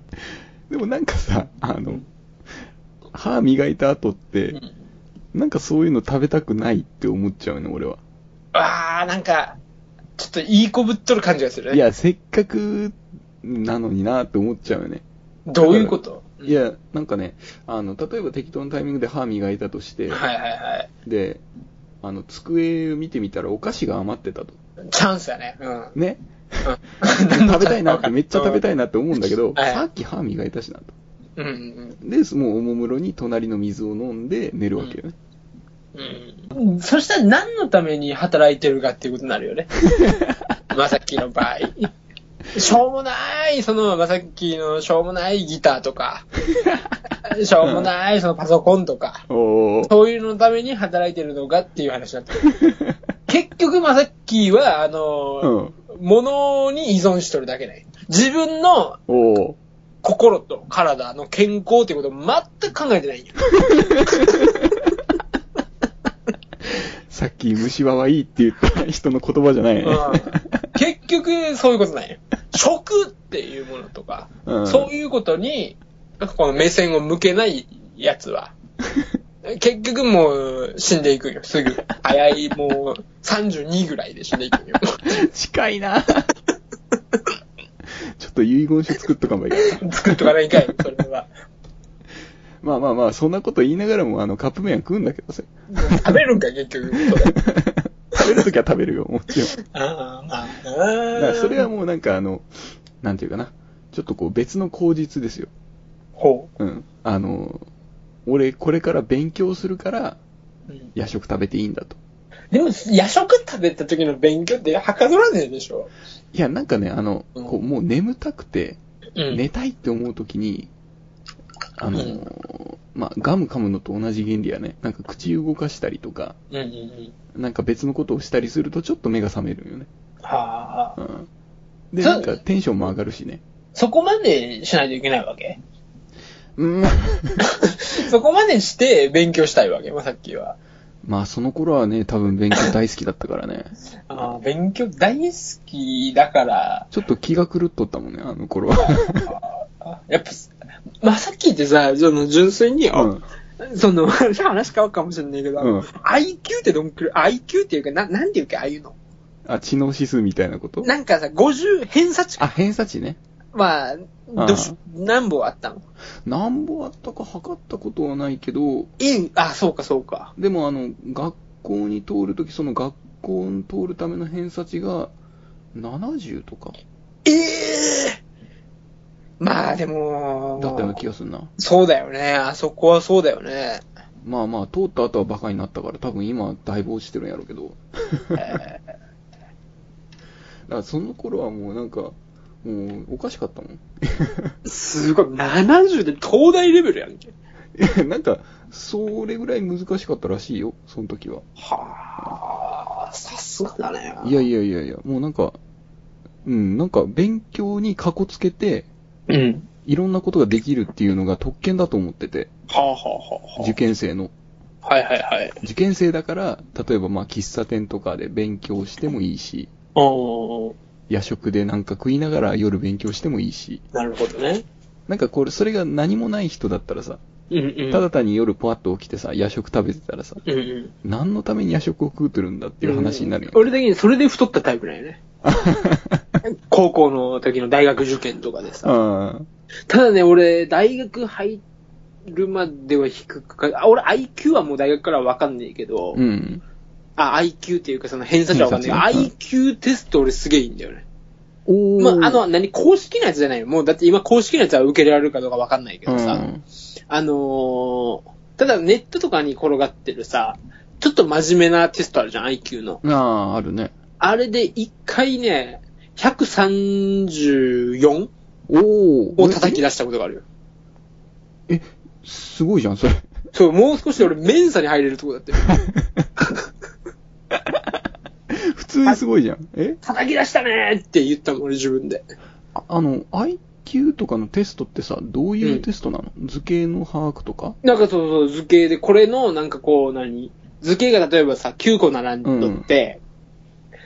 Speaker 1: でもなんかさ、あの、歯磨いた後っ
Speaker 2: う
Speaker 1: て、
Speaker 2: ん
Speaker 1: なんかそういうの食べたくないって思っちゃうね、俺は。
Speaker 2: あー、なんか、ちょっといい子ぶっとる感じがするね。
Speaker 1: い、や、せっかくなのになーって思っちゃうよね。
Speaker 2: どういうこと
Speaker 1: い、や、なんかね、あの、例えば適当なタイミングで歯磨いたとして、
Speaker 2: はいはいはい。
Speaker 1: で、あの、机見てみたらお菓子が余ってたと。
Speaker 2: チャンスだね。うん。
Speaker 1: ね。
Speaker 2: うん
Speaker 1: 食べたいなって、めっちゃ食べたいなって思うんだけど、
Speaker 2: はい
Speaker 1: さっき歯磨いたしなと。
Speaker 2: うんうん
Speaker 1: で、もうおもむろに隣の水を飲んで寝るわけよね。
Speaker 2: うん。うん。そした ら何のために働いてるかっていうことになるよね。まさきの場合。しょうもない、その、まさっきのしょうもないギター とか、しょうもない、そのパソコンとか、
Speaker 1: おー。
Speaker 2: そういうののために働いてるのかっていう話になってくる。結局、まさっきは、あの、物に依存しとるだけね。自分の
Speaker 1: おー。
Speaker 2: 心と体の健康っていうことを全く考えてないんよ。
Speaker 1: さっき虫歯はいいって言った人の言葉じゃないね。
Speaker 2: うん結局、そういうことなんよ。食っていうものとか、
Speaker 1: うん
Speaker 2: そういうことに、この目線を向けないやつは、結局もう死んでいくんよ、すぐ。早い、もう32ぐらいで死んでいくんよ。
Speaker 1: 近いなちょっと遺言書作っとかんばいいかな。
Speaker 2: 作っとかないかい、それは。
Speaker 1: まあまあまあ、そんなこと言いながらも、あの、カップ麺は食うんだけどさ。
Speaker 2: もう食べるんか、結 局。それ
Speaker 1: 食べるときは食べるよ、もちろん。
Speaker 2: ああ、
Speaker 1: だ
Speaker 2: あ
Speaker 1: か
Speaker 2: あ。
Speaker 1: らそれはもうなんかあの、なんていうかな。ちょっとこう別の口実ですよ。
Speaker 2: ほ
Speaker 1: うん。あの、俺これから勉強するから
Speaker 2: う。うん
Speaker 1: 夜食食べていいんだと。
Speaker 2: でも、夜食食べた時の勉強ってはかどらねえでしょ。
Speaker 1: いや、なんかね、あの、
Speaker 2: うん
Speaker 1: こうもう眠たくて、
Speaker 2: うん
Speaker 1: 寝たいって思うときに、あのー、まあ、ガム噛むのと同じ原理やね。なんか口動かしたりとか、
Speaker 2: うんうんうん。
Speaker 1: なんか別のことをしたりするとちょっと目が覚めるよね。
Speaker 2: はあ。
Speaker 1: うん。で、
Speaker 2: そう
Speaker 1: なんかテンションも上がるしね。
Speaker 2: そこまでしないといけないわけ
Speaker 1: うん。
Speaker 2: そこまでして勉強したいわけ、まさっきは。
Speaker 1: まあ、その頃はね、多分勉強大好きだったからね。
Speaker 2: ああ、勉強大好きだから、
Speaker 1: ちょっと気が狂っとったもんね、あの頃は。
Speaker 2: あやっぱ、まさっきってさ、その純粋に、 あ
Speaker 1: うん
Speaker 2: その、話変わるかもしれないけど、
Speaker 1: うん
Speaker 2: IQ ってどんくらい、IQ っていうか、な、なんていうか、ああいうの。
Speaker 1: あ、知能指数みたいなこと
Speaker 2: なんかさ、50、偏差値
Speaker 1: あ、偏差値ね。
Speaker 2: まあ、どし、何本あったの
Speaker 1: なんぼあったか測ったことはないけど、
Speaker 2: え、あ、そうか、そうか。
Speaker 1: でもあの、学校に通るとき、その学校に通るための偏差値が70とか
Speaker 2: ええまあでも、
Speaker 1: だったような気がするな。
Speaker 2: そうだよね。あそこはそうだよね。
Speaker 1: まあまあ、通った後はバカになったから、多分今だいぶ落ちてるんやろうけど。 だ
Speaker 2: え
Speaker 1: か
Speaker 2: ー
Speaker 1: らその頃はもうなんか、もうおかしかったもん。
Speaker 2: すごい。70で東大レベルやんけ。
Speaker 1: いやなんか、それぐらい難しかったらしいよ、その時は。
Speaker 2: はあ、さすがだね。
Speaker 1: いやいやいやいや、もうなんか、うん、なんか勉強にかこつけて、
Speaker 2: うん。
Speaker 1: いろんなことができるっていうのが特権だと思ってて、
Speaker 2: はあはあはあは
Speaker 1: 受験生の。
Speaker 2: あ。はいはいはい。
Speaker 1: 受験生だから、例えばまあ喫茶店とかで勉強してもいいし、
Speaker 2: おー
Speaker 1: 夜食でなんか食いながら夜勉強してもいいし、
Speaker 2: なるほどね。
Speaker 1: なんかこれ、それが何もない人だったらさ、
Speaker 2: うんうん。
Speaker 1: ただ単に夜ぽわっと起きてさ、夜食食べてたらさ、
Speaker 2: うんうん。っ
Speaker 1: 何のために夜食を食うとるんだっていう話になるよ。
Speaker 2: 俺的にそれで太ったタイプだよね。高校の時の大学受験とかでさ。
Speaker 1: あ
Speaker 2: ただね、俺、大学入るまでは低くか、あ俺 IQ はもう大学からはわかんないけど、
Speaker 1: あ、うん。
Speaker 2: あ、IQ っていうかその偏差値はわかんないけ
Speaker 1: 偏差
Speaker 2: ど IQ テスト俺すげえいいんだよね。
Speaker 1: お
Speaker 2: まあ、あの、何、公式なやつじゃないよ。もう、だって今公式なやつは受けられるかどうかわかんないけどさ、
Speaker 1: うん
Speaker 2: あのーただネットとかに転がってるさ、ちょっと真面目なテストあるじゃん、IQ の。
Speaker 1: ああ、あるね。
Speaker 2: あれで一回ね、134
Speaker 1: お
Speaker 2: を叩き出したことがあるよ。
Speaker 1: え、すごいじゃん、そ れ。
Speaker 2: そう、もう少しで俺、メンサに入れるとこだって。
Speaker 1: 普通にすごいじゃん。え
Speaker 2: 叩き出したねーって言ったもん、俺自分で。
Speaker 1: ああの、IQ とかのテストってさ、どういうテストなの、図形の把握とか
Speaker 2: なんかそうそう、図形で、これの、なんかこう、何図形が例えばさ、9個並んどって、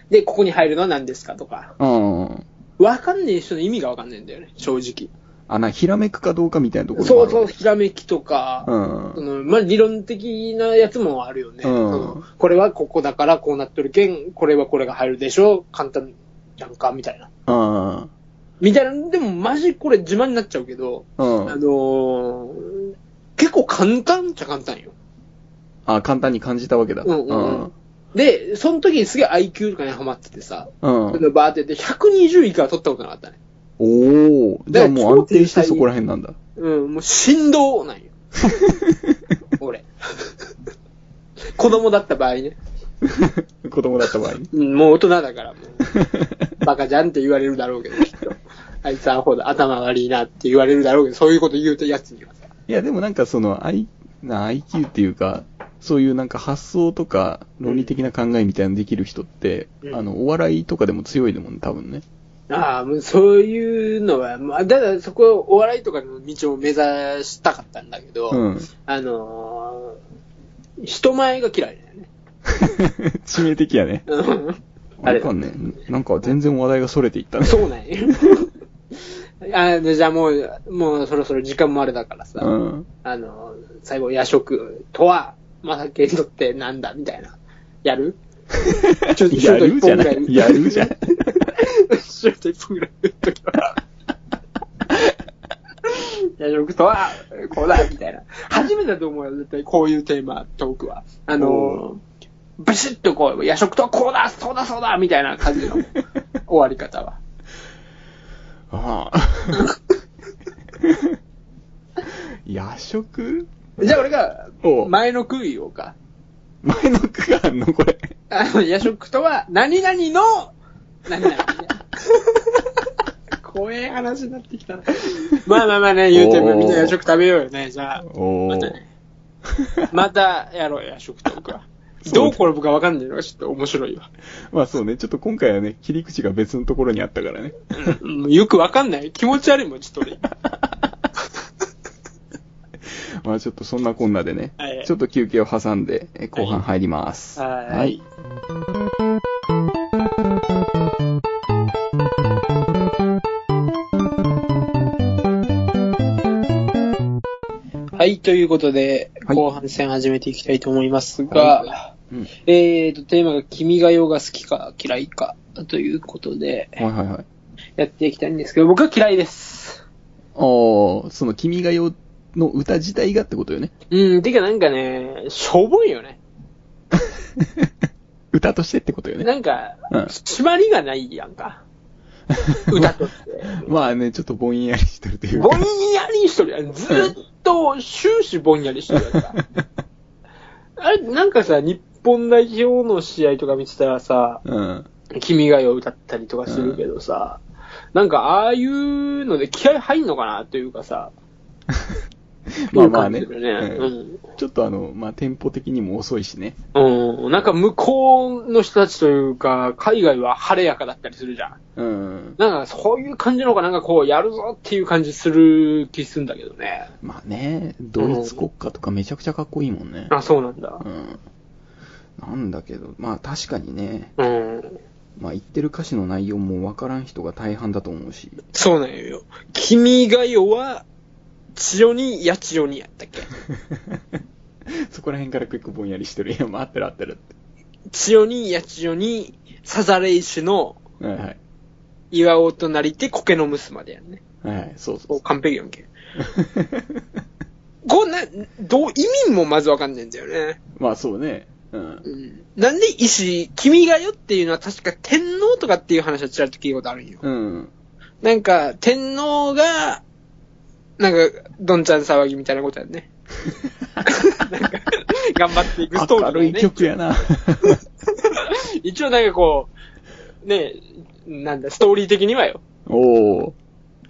Speaker 2: で、ここに入るのは何ですかとか。
Speaker 1: うん。
Speaker 2: わかんねえ人の意味がわかんねえんだよね、正直。
Speaker 1: あ、な、ひらめくかどうかみたいなところも
Speaker 2: そ
Speaker 1: あ
Speaker 2: う
Speaker 1: る
Speaker 2: そう、ひらめきとか、そ
Speaker 1: うん。
Speaker 2: のまあ、理論的なやつもあるよね、
Speaker 1: うん
Speaker 2: そのこれはここだからこうなってるけん、これはこれが入るでしょ、簡単じゃんか、みたいな。
Speaker 1: うん。
Speaker 2: みたいな、でもマジこれ自慢になっちゃうけど、
Speaker 1: うん。
Speaker 2: あのー結構簡単っちゃ簡単よ。
Speaker 1: あ、簡単に感じたわけだ。
Speaker 2: うんうんうんで、その時にすげえ IQ とかにハマっててさ、
Speaker 1: うん。
Speaker 2: そのバーってやって120以下は取ったことなかったね。
Speaker 1: おお。じゃあもう安定してそこら辺なんだ。
Speaker 2: うん、もう振動なんよ。俺。 子供だった場合ね。
Speaker 1: 子供だった場合に。
Speaker 2: うんもう大人だから、もう。バカじゃんって言われるだろうけど、きっと。 あいつアホだ、頭悪いなって言われるだろうけど、そういうこと言うとやつにはさ。
Speaker 1: いや、でもなんかその、I、な IQ っていうか、そういうなんか発想とか論理的な考えみたいなのできる人って、
Speaker 2: うん
Speaker 1: あの、お笑いとかでも強いでもんね、多分ね。
Speaker 2: ああ、もうそういうのは、まあ、だからそこ、お笑いとかの道を目指したかったんだけど、
Speaker 1: うん。
Speaker 2: あのー人前が嫌いだよね。
Speaker 1: 致命的やね。
Speaker 2: うん
Speaker 1: あれかね、なんか全然話題が逸れていったね。
Speaker 2: そ うなんや。あのじゃあもう、もうそろそろ時間もあれだからさ、
Speaker 1: うん。
Speaker 2: あの、最後夜食とは、マサケにとってなんだみたいな。やるちょっと
Speaker 1: やるじゃな
Speaker 2: ちょっと一本ぐら
Speaker 1: い。
Speaker 2: い
Speaker 1: やるじ ゃん。
Speaker 2: シュート1分ぐらい打っときは。夜食とは、こうだみたいな。初めてだと思うよ、絶対こういうテーマ、トークは。あの、バシッとこう、夜食とはこうだそうだそうだみたい な感じの終わり方は。
Speaker 1: ああ。夜食
Speaker 2: じゃあ俺が
Speaker 1: お、う
Speaker 2: 前の句言おうか。
Speaker 1: 前の句があんのこれ。
Speaker 2: あの、夜食とは、何々の、何々。 怖え話になってきたな。まあまあまあね、言うてもみんな夜食食べようよね、じゃあ。
Speaker 1: お
Speaker 2: ま
Speaker 1: お
Speaker 2: た。ね。またやろう、夜食とか。どう転ぶかわかんないのがちょっと面白いわ。
Speaker 1: まあそうね、ちょっと今回はね、切り口が別のところにあったからね。
Speaker 2: うんよくわかんない。気持ち悪いもん、ちょっと俺。
Speaker 1: まあちょっとそんなこんなでね、
Speaker 2: はい
Speaker 1: ちょっと休憩を挟んで、え後半入ります。
Speaker 2: はい
Speaker 1: はい。
Speaker 2: はい、ということで、
Speaker 1: はい
Speaker 2: 後半戦始めていきたいと思いますが、
Speaker 1: うん
Speaker 2: えーと、テーマが君が代が好きか嫌いかということで、
Speaker 1: はいはいはい。
Speaker 2: やっていきたいんですけど、僕は嫌いです。
Speaker 1: ああ、その君が代の歌自体がってことよね。
Speaker 2: うん、てかなんかね、しょぼいよね。
Speaker 1: 歌としてってことよね。
Speaker 2: なんか、
Speaker 1: うん
Speaker 2: 締まりがないやんか。歌として。
Speaker 1: まあね、ちょっとぼんやりしてるという
Speaker 2: ぼ
Speaker 1: か。
Speaker 2: んやりしとるやん。ずーっと終始ぼんやりしとるやんか。あれ、なんかさ、日本代表の試合とか見てたらさ、
Speaker 1: うん。
Speaker 2: 君が代歌ったりとかするけどさ、なんかああいうので気合入んのかなというかさ、
Speaker 1: まあまあね。
Speaker 2: いう感じだよね
Speaker 1: うんちょっとあの、まあテンポ的にも遅いしね。
Speaker 2: うん。うん。なんか向こうの人たちというか、海外は晴れやかだったりするじゃん。
Speaker 1: うん。
Speaker 2: なんかそういう感じの方がなんかこうやるぞっていう感じする気するんだけどね。
Speaker 1: まあね、ドイツ国歌とかめちゃくちゃかっこいいもんね。
Speaker 2: あ、そうなんだ
Speaker 1: う。ん。なんだけど、まあ確かにね、
Speaker 2: うん。
Speaker 1: まあ言ってる歌詞の内容もわからん人が大半だと思うし。
Speaker 2: そうなんよ。君が代は、千代に、八千代にやったっけ
Speaker 1: そこら辺から結構ぼんやりしてる。いや、まあ合ってる合ってるって。
Speaker 2: 千代に、八千代に、さざれ石の
Speaker 1: はいはい。
Speaker 2: 岩尾となりて苔の娘までやんね。
Speaker 1: はいはい、そうそ
Speaker 2: お
Speaker 1: う
Speaker 2: 完璧やんけ。
Speaker 1: そう。
Speaker 2: こうな、どう、意味もまずわかんないんだよね。
Speaker 1: まあそうね。うん。
Speaker 2: うん。なんで石、君が代っていうのは確か天皇とかっていう話はちらっと聞いたことあるんよ。
Speaker 1: うん。
Speaker 2: なんか、天皇が、なんか、どんちゃん騒ぎみたいなことや ね。なんか、頑張っていくストー
Speaker 1: 明
Speaker 2: リーだよ
Speaker 1: るい
Speaker 2: ね。
Speaker 1: 曲やな。
Speaker 2: 一応なんかこう、ね、なんだ、ストーリー的にはよ。
Speaker 1: おー。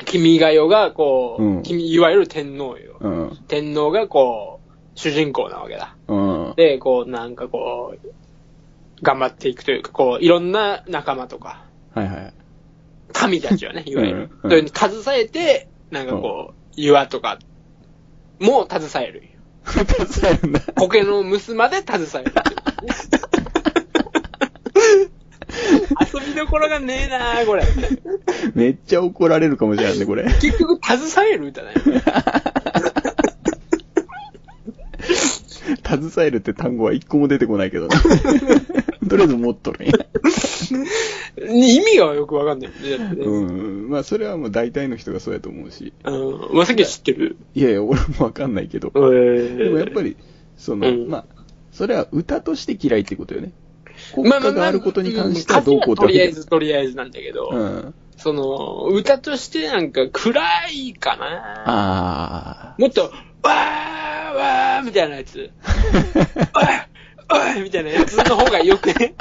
Speaker 2: 君が代が、こう、
Speaker 1: うん
Speaker 2: 君、いわゆる天皇よ。
Speaker 1: うん。
Speaker 2: 天皇が、こう、主人公なわけだ。
Speaker 1: うん。
Speaker 2: で、こう、なんかこう、頑張っていくというか、こう、いろんな仲間とか、
Speaker 1: はいはい。
Speaker 2: 神 たちはね、いわゆる。
Speaker 1: うん
Speaker 2: そういうのに携えて、なんかこう、岩とか、も携えるよ。
Speaker 1: 二つあるん だ。
Speaker 2: 苔の娘まで携える。 遊びどころがねえなこれ。
Speaker 1: めっちゃ怒られるかもしれないね、これ。
Speaker 2: 結局、携える歌だよね。
Speaker 1: 携えるって単語は一個も出てこないけ どね。とりあえず持っとるんや。
Speaker 2: 意味がよくわかんないよね。だってね
Speaker 1: うん。まあ、それはもう大体の人がそうやと思うし。
Speaker 2: うん。まさきは知ってる
Speaker 1: いやいや、俺もわかんないけど。
Speaker 2: え
Speaker 1: でもやっぱ
Speaker 2: り、
Speaker 1: り、その、
Speaker 2: うん
Speaker 1: まあ、それは歌として嫌いってことよね。国
Speaker 2: ま
Speaker 1: 歌があることに関してはどうこうって
Speaker 2: と
Speaker 1: わけ
Speaker 2: り
Speaker 1: だ
Speaker 2: あえ
Speaker 1: よ
Speaker 2: ず、とりあえずなんだけど、
Speaker 1: うん。
Speaker 2: その、歌としてなんか暗いかな
Speaker 1: ああ。
Speaker 2: もっと、わーわーみたいなやつ。おいおいみたいなやつの方がよくね。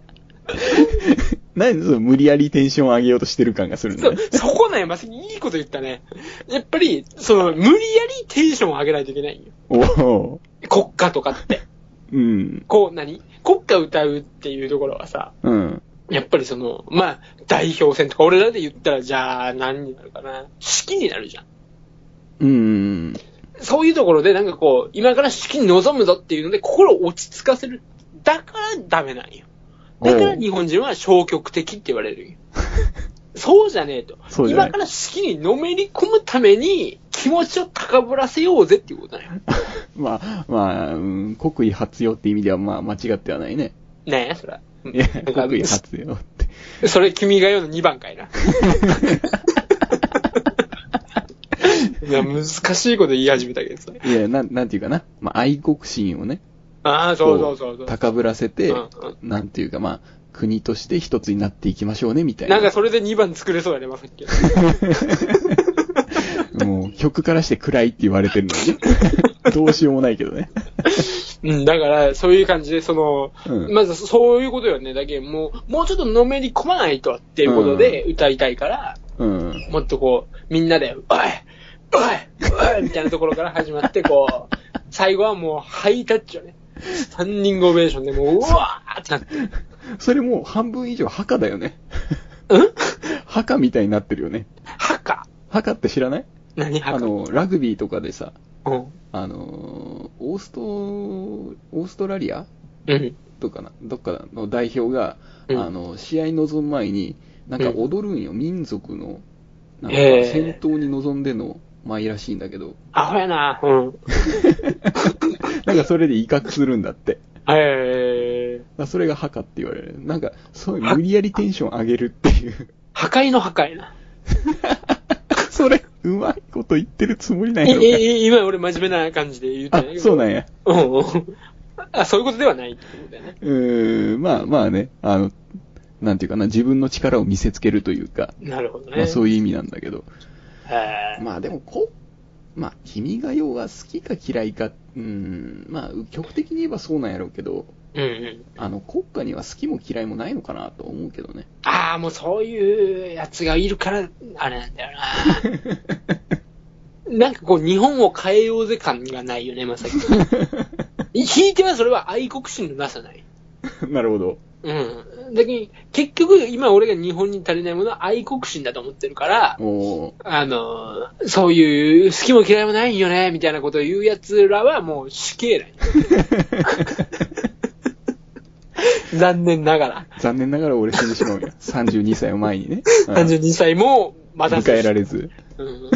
Speaker 1: 何その無理やりテンション上げようとしてる感がするんだ
Speaker 2: そう
Speaker 1: ね。
Speaker 2: そこね、まさにいいこと言ったね。やっぱり、その、無理やりテンションを上げないといけないんよ。
Speaker 1: おお
Speaker 2: 国歌とかって。
Speaker 1: ーうん。
Speaker 2: こう、何国歌歌うっていうところはさ、
Speaker 1: うん。
Speaker 2: やっぱりその、まあ、代表戦とか、俺らで言ったら、じゃあ、何になるかな。式になるじゃん。
Speaker 1: うん。
Speaker 2: そういうところで、なんかこう、今から式に臨むぞっていうので、心を落ち着かせる。だからダメなんよ。だから日本人は消極的って言われ るんよ。そうじゃねえと。
Speaker 1: そうじゃない
Speaker 2: 今から式にのめり込むために、気持ちを高ぶらせようぜっていうことなんよ。
Speaker 1: まあ、まあ、うん、国威発揚って意味では、まあ、間違ってはないね。
Speaker 2: ねえ、それは。
Speaker 1: いや、
Speaker 2: なんか
Speaker 1: 国威発揚 って。
Speaker 2: それ、君が言うの2番かいな。いや、難しいこと言い始めたけどさ。
Speaker 1: いや、なん、なんていうかな。まあ、愛国心をね、
Speaker 2: ああ、そうそうそうそう。
Speaker 1: 高ぶらせて、
Speaker 2: うん
Speaker 1: なんていうか、まあ、国として一つになっていきましょうね、みたいな。
Speaker 2: なんかそれで2番作れそうやね、まさ っき。
Speaker 1: もう、曲からして暗いって言われてるのにね。 どうしようもないけどね。
Speaker 2: うん、だから、そういう感じで、その、
Speaker 1: うん
Speaker 2: まずそういうことよね。だけどもう、もうちょっとのめり込まないとっていうことで歌いたいから、
Speaker 1: うん。
Speaker 2: もっとこう、みんなで、おいおいおいみたいなところから始まって、こう、最後はもうハイタッチよね。スタンディングオベーションでもう、うわーってなって。
Speaker 1: それもう半分以上墓だよね。
Speaker 2: うん
Speaker 1: 墓みたいになってるよね。
Speaker 2: 墓
Speaker 1: 墓って知らない
Speaker 2: 何
Speaker 1: あ
Speaker 2: 墓
Speaker 1: の、ラグビーとかでさ、
Speaker 2: うん。
Speaker 1: あのー、オースト、オーストラリア
Speaker 2: うん。
Speaker 1: どっかな、どっかの代表が、
Speaker 2: うん
Speaker 1: あの、試合に臨む前に、なんか踊るんよ、民族の、なんか
Speaker 2: へえ
Speaker 1: 戦闘に臨んでの舞らしいんだけど、
Speaker 2: アホやなうん。
Speaker 1: なんかそれで威嚇するんだって。
Speaker 2: えー、
Speaker 1: だからそれが墓って言われる。なんか、そういう無理やりテンション上げるっていう。
Speaker 2: 破壊の破壊な。
Speaker 1: それ、うまいこと言ってるつもりない
Speaker 2: い
Speaker 1: のか。
Speaker 2: いい今俺真面目な感じで言って
Speaker 1: あ
Speaker 2: ないけ、ど。
Speaker 1: そうなんや。
Speaker 2: うんうん。あ、そういうことではないってことだよね。
Speaker 1: うーん、まあまあね、あの、なんていうかな、自分の力を見せつけるというか、
Speaker 2: なるほどね。
Speaker 1: まあそう
Speaker 2: いう
Speaker 1: いう意味なんだけど。
Speaker 2: う。
Speaker 1: まあでもこ、まあ、君が要は好きか嫌いか、うーん、まあ、極的に言えばそうなんやろうけど、
Speaker 2: うんうん。
Speaker 1: あの、国家には好きも嫌いもないのかなと思うけ どね。
Speaker 2: ああ、もうそういうやつがいるから、あれなんだよな。 なんかこう、日本を変えようぜ感がないよね、まさき。 ひいてはそれは愛国心のなさない。
Speaker 1: なるほど。
Speaker 2: うん。だけど、結局、今俺が日本に足りないものは愛国心だと思ってるから、
Speaker 1: おー
Speaker 2: あのー、そういう、好きも嫌いもないんよね、みたいなことを言う奴らはもう死刑だよ。残念ながら。
Speaker 1: 残念ながら俺死んでしまうよ。32歳を前にね。うん
Speaker 2: 32歳も、まだ
Speaker 1: 迎えられ ず。
Speaker 2: うん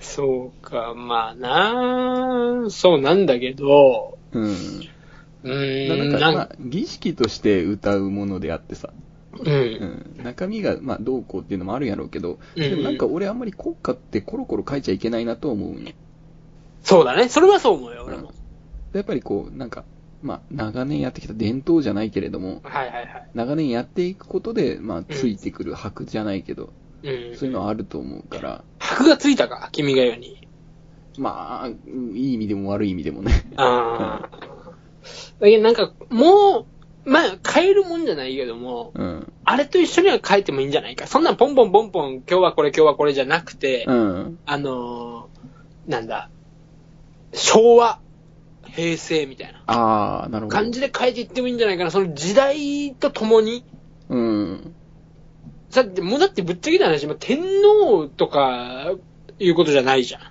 Speaker 2: そうか、まあなあそうなんだけど、
Speaker 1: うん。
Speaker 2: うーん、
Speaker 1: なんか、
Speaker 2: なん
Speaker 1: まあ、儀式として歌うものであってさ、
Speaker 2: う。
Speaker 1: うんん、中身が、まあ、どうこうっていうのもあるんやろうけど、
Speaker 2: うんうん
Speaker 1: でもなんか俺あんまり国歌ってコロコロ書いちゃいけないなと思うんよ。
Speaker 2: そうだね。それはそう思うよ、俺も。
Speaker 1: やっぱりこう、なんか、まあ、長年やってきた伝統じゃないけれども、
Speaker 2: はいはいはい。
Speaker 1: 長年やっていくことで、まあ、ついてくる箔じゃないけど、
Speaker 2: うん。
Speaker 1: そういうのはあると思うから、
Speaker 2: 箔がついたか、君が言うに。
Speaker 1: まあ、うんいい意味でも悪い意味でもね。
Speaker 2: ああ。だけどなんか、もう、まあ、変えるもんじゃないけども、
Speaker 1: うん。
Speaker 2: あれと一緒には変えてもいいんじゃないか。そんなんポンポンポンポン、今日はこれ今日はこれじゃなくて、
Speaker 1: うん。
Speaker 2: あのー、なんだ、昭和、平成みたいな
Speaker 1: ああ、なるほど。
Speaker 2: 感じで変えていってもいいんじゃないかな。その時代とともに。
Speaker 1: うん。
Speaker 2: さって、もうだってぶっちゃけた話、まあ天皇とか、いうことじゃないじゃん。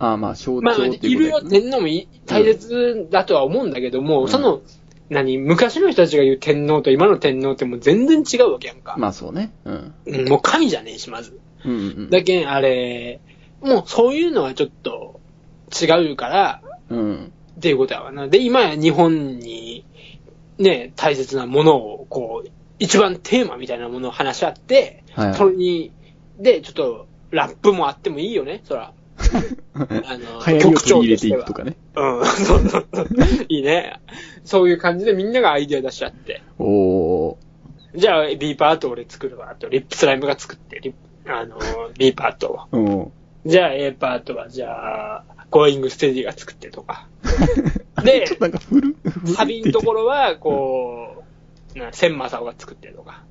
Speaker 1: ああ、まあ、象
Speaker 2: まあ、
Speaker 1: 徴って
Speaker 2: い
Speaker 1: い
Speaker 2: る
Speaker 1: うこ
Speaker 2: よ、
Speaker 1: とで、ね。
Speaker 2: 天皇もい大切だとは思うんだけども、
Speaker 1: うん
Speaker 2: その、何、昔の人たちが言う天皇と今の天皇ってもう全然違うわけやんか。
Speaker 1: まあ、そうね。うん。
Speaker 2: うんもう神じゃねえし、まず。
Speaker 1: うん、うん。
Speaker 2: だけん、あれ、もうそういうのはちょっと違うから、
Speaker 1: うん。
Speaker 2: っていうことやわな。で、今や日本に、ね、大切なものを、こう、一番テーマみたいなものを話し合って、
Speaker 1: はい
Speaker 2: それに、で、ちょっと、ラップもあってもいいよね、そら。あの
Speaker 1: 流行りを取り入れていくとかね。
Speaker 2: うん、 そうそうそう。いいね。そういう感じでみんながアイデア出し合って。
Speaker 1: おー。
Speaker 2: じゃあ、ビーパート俺作るわ。あと、リップスライムが作って、リップ あの、ビーパートを。
Speaker 1: うん。
Speaker 2: じゃあ、A パートは、じゃあ、ゴーイングステージが作ってとか。で
Speaker 1: ちょっとなんか古、
Speaker 2: サビのところは、こう、な、千正雄が作ってるとか。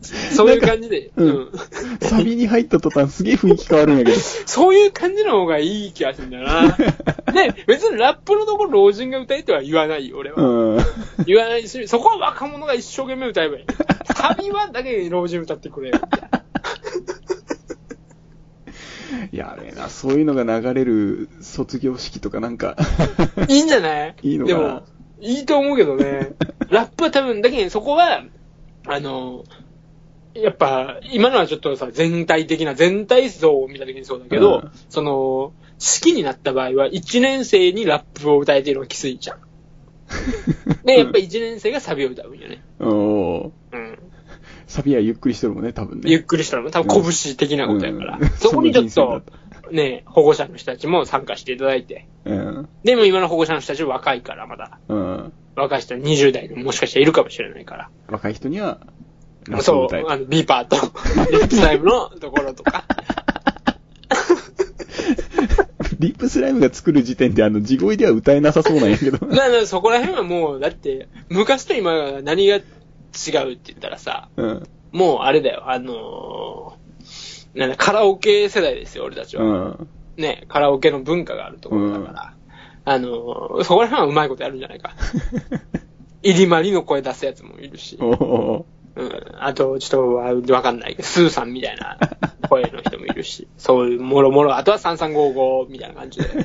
Speaker 2: そういう感じで、
Speaker 1: う
Speaker 2: うんん。
Speaker 1: サビに入った途端すげえ雰囲気変わるんやけど。
Speaker 2: そういう感じの方がいい気がするんだ よな。で、別にラップのところ老人が歌えとは言わないよ、俺は。
Speaker 1: うん。
Speaker 2: 言わないし、そこは若者が一生懸命歌 えばいい。サビはだけ老人歌ってくれよ。
Speaker 1: やべえな、そういうのが流れる卒業式とかなんか。
Speaker 2: いいんじゃない
Speaker 1: いいのかな
Speaker 2: でも、いいと思うけどね。 ラップは多分、だけどそこは、あの、やっぱ、今のはちょっとさ、全体的な、全体像を見た時にそうだけど、
Speaker 1: うん
Speaker 2: その、式になった場合は、1年生にラップを歌えてるのがきついじゃん。で、やっぱ1年生がサビを歌うんよね。
Speaker 1: うん。おー
Speaker 2: うん。
Speaker 1: サビはゆっくりしてるもんね、多分ね。
Speaker 2: ゆっくりしたのも、多分拳的なことやから。
Speaker 1: うん
Speaker 2: そこにちょっ
Speaker 1: その人
Speaker 2: と
Speaker 1: 生、
Speaker 2: ね、保護者の人たちも参加していただいて。
Speaker 1: うん。
Speaker 2: でも今の保護者の人たちは若いから、まだ。
Speaker 1: うん。
Speaker 2: 若い人は20代でももしかしたらいるかもしれないから。
Speaker 1: 若い人には、
Speaker 2: そ
Speaker 1: 歌え
Speaker 2: う、あの、ビーパーと、リップスライムのところとか。
Speaker 1: リップスライムが作る時点であの、地声では歌えなさそうなんやけ ど。
Speaker 2: まあまあそこら辺はもう、だって、昔と今が何が違うって言ったらさ、
Speaker 1: うん。
Speaker 2: もうあれだよ、あのーなんだ、カラオケ世代ですよ、俺たち
Speaker 1: う
Speaker 2: は。
Speaker 1: ん。
Speaker 2: ね、カラオケの文化があるところだから。あのーそこら辺はうまいことやるんじゃな いか。入りまりの声出すやつもいるし。
Speaker 1: おー
Speaker 2: うん。あと、ちょっとわかんないけど、スーさんみたいな声の人もいるし、そういう、もろもろ、あとは3355みたいな感じで やっ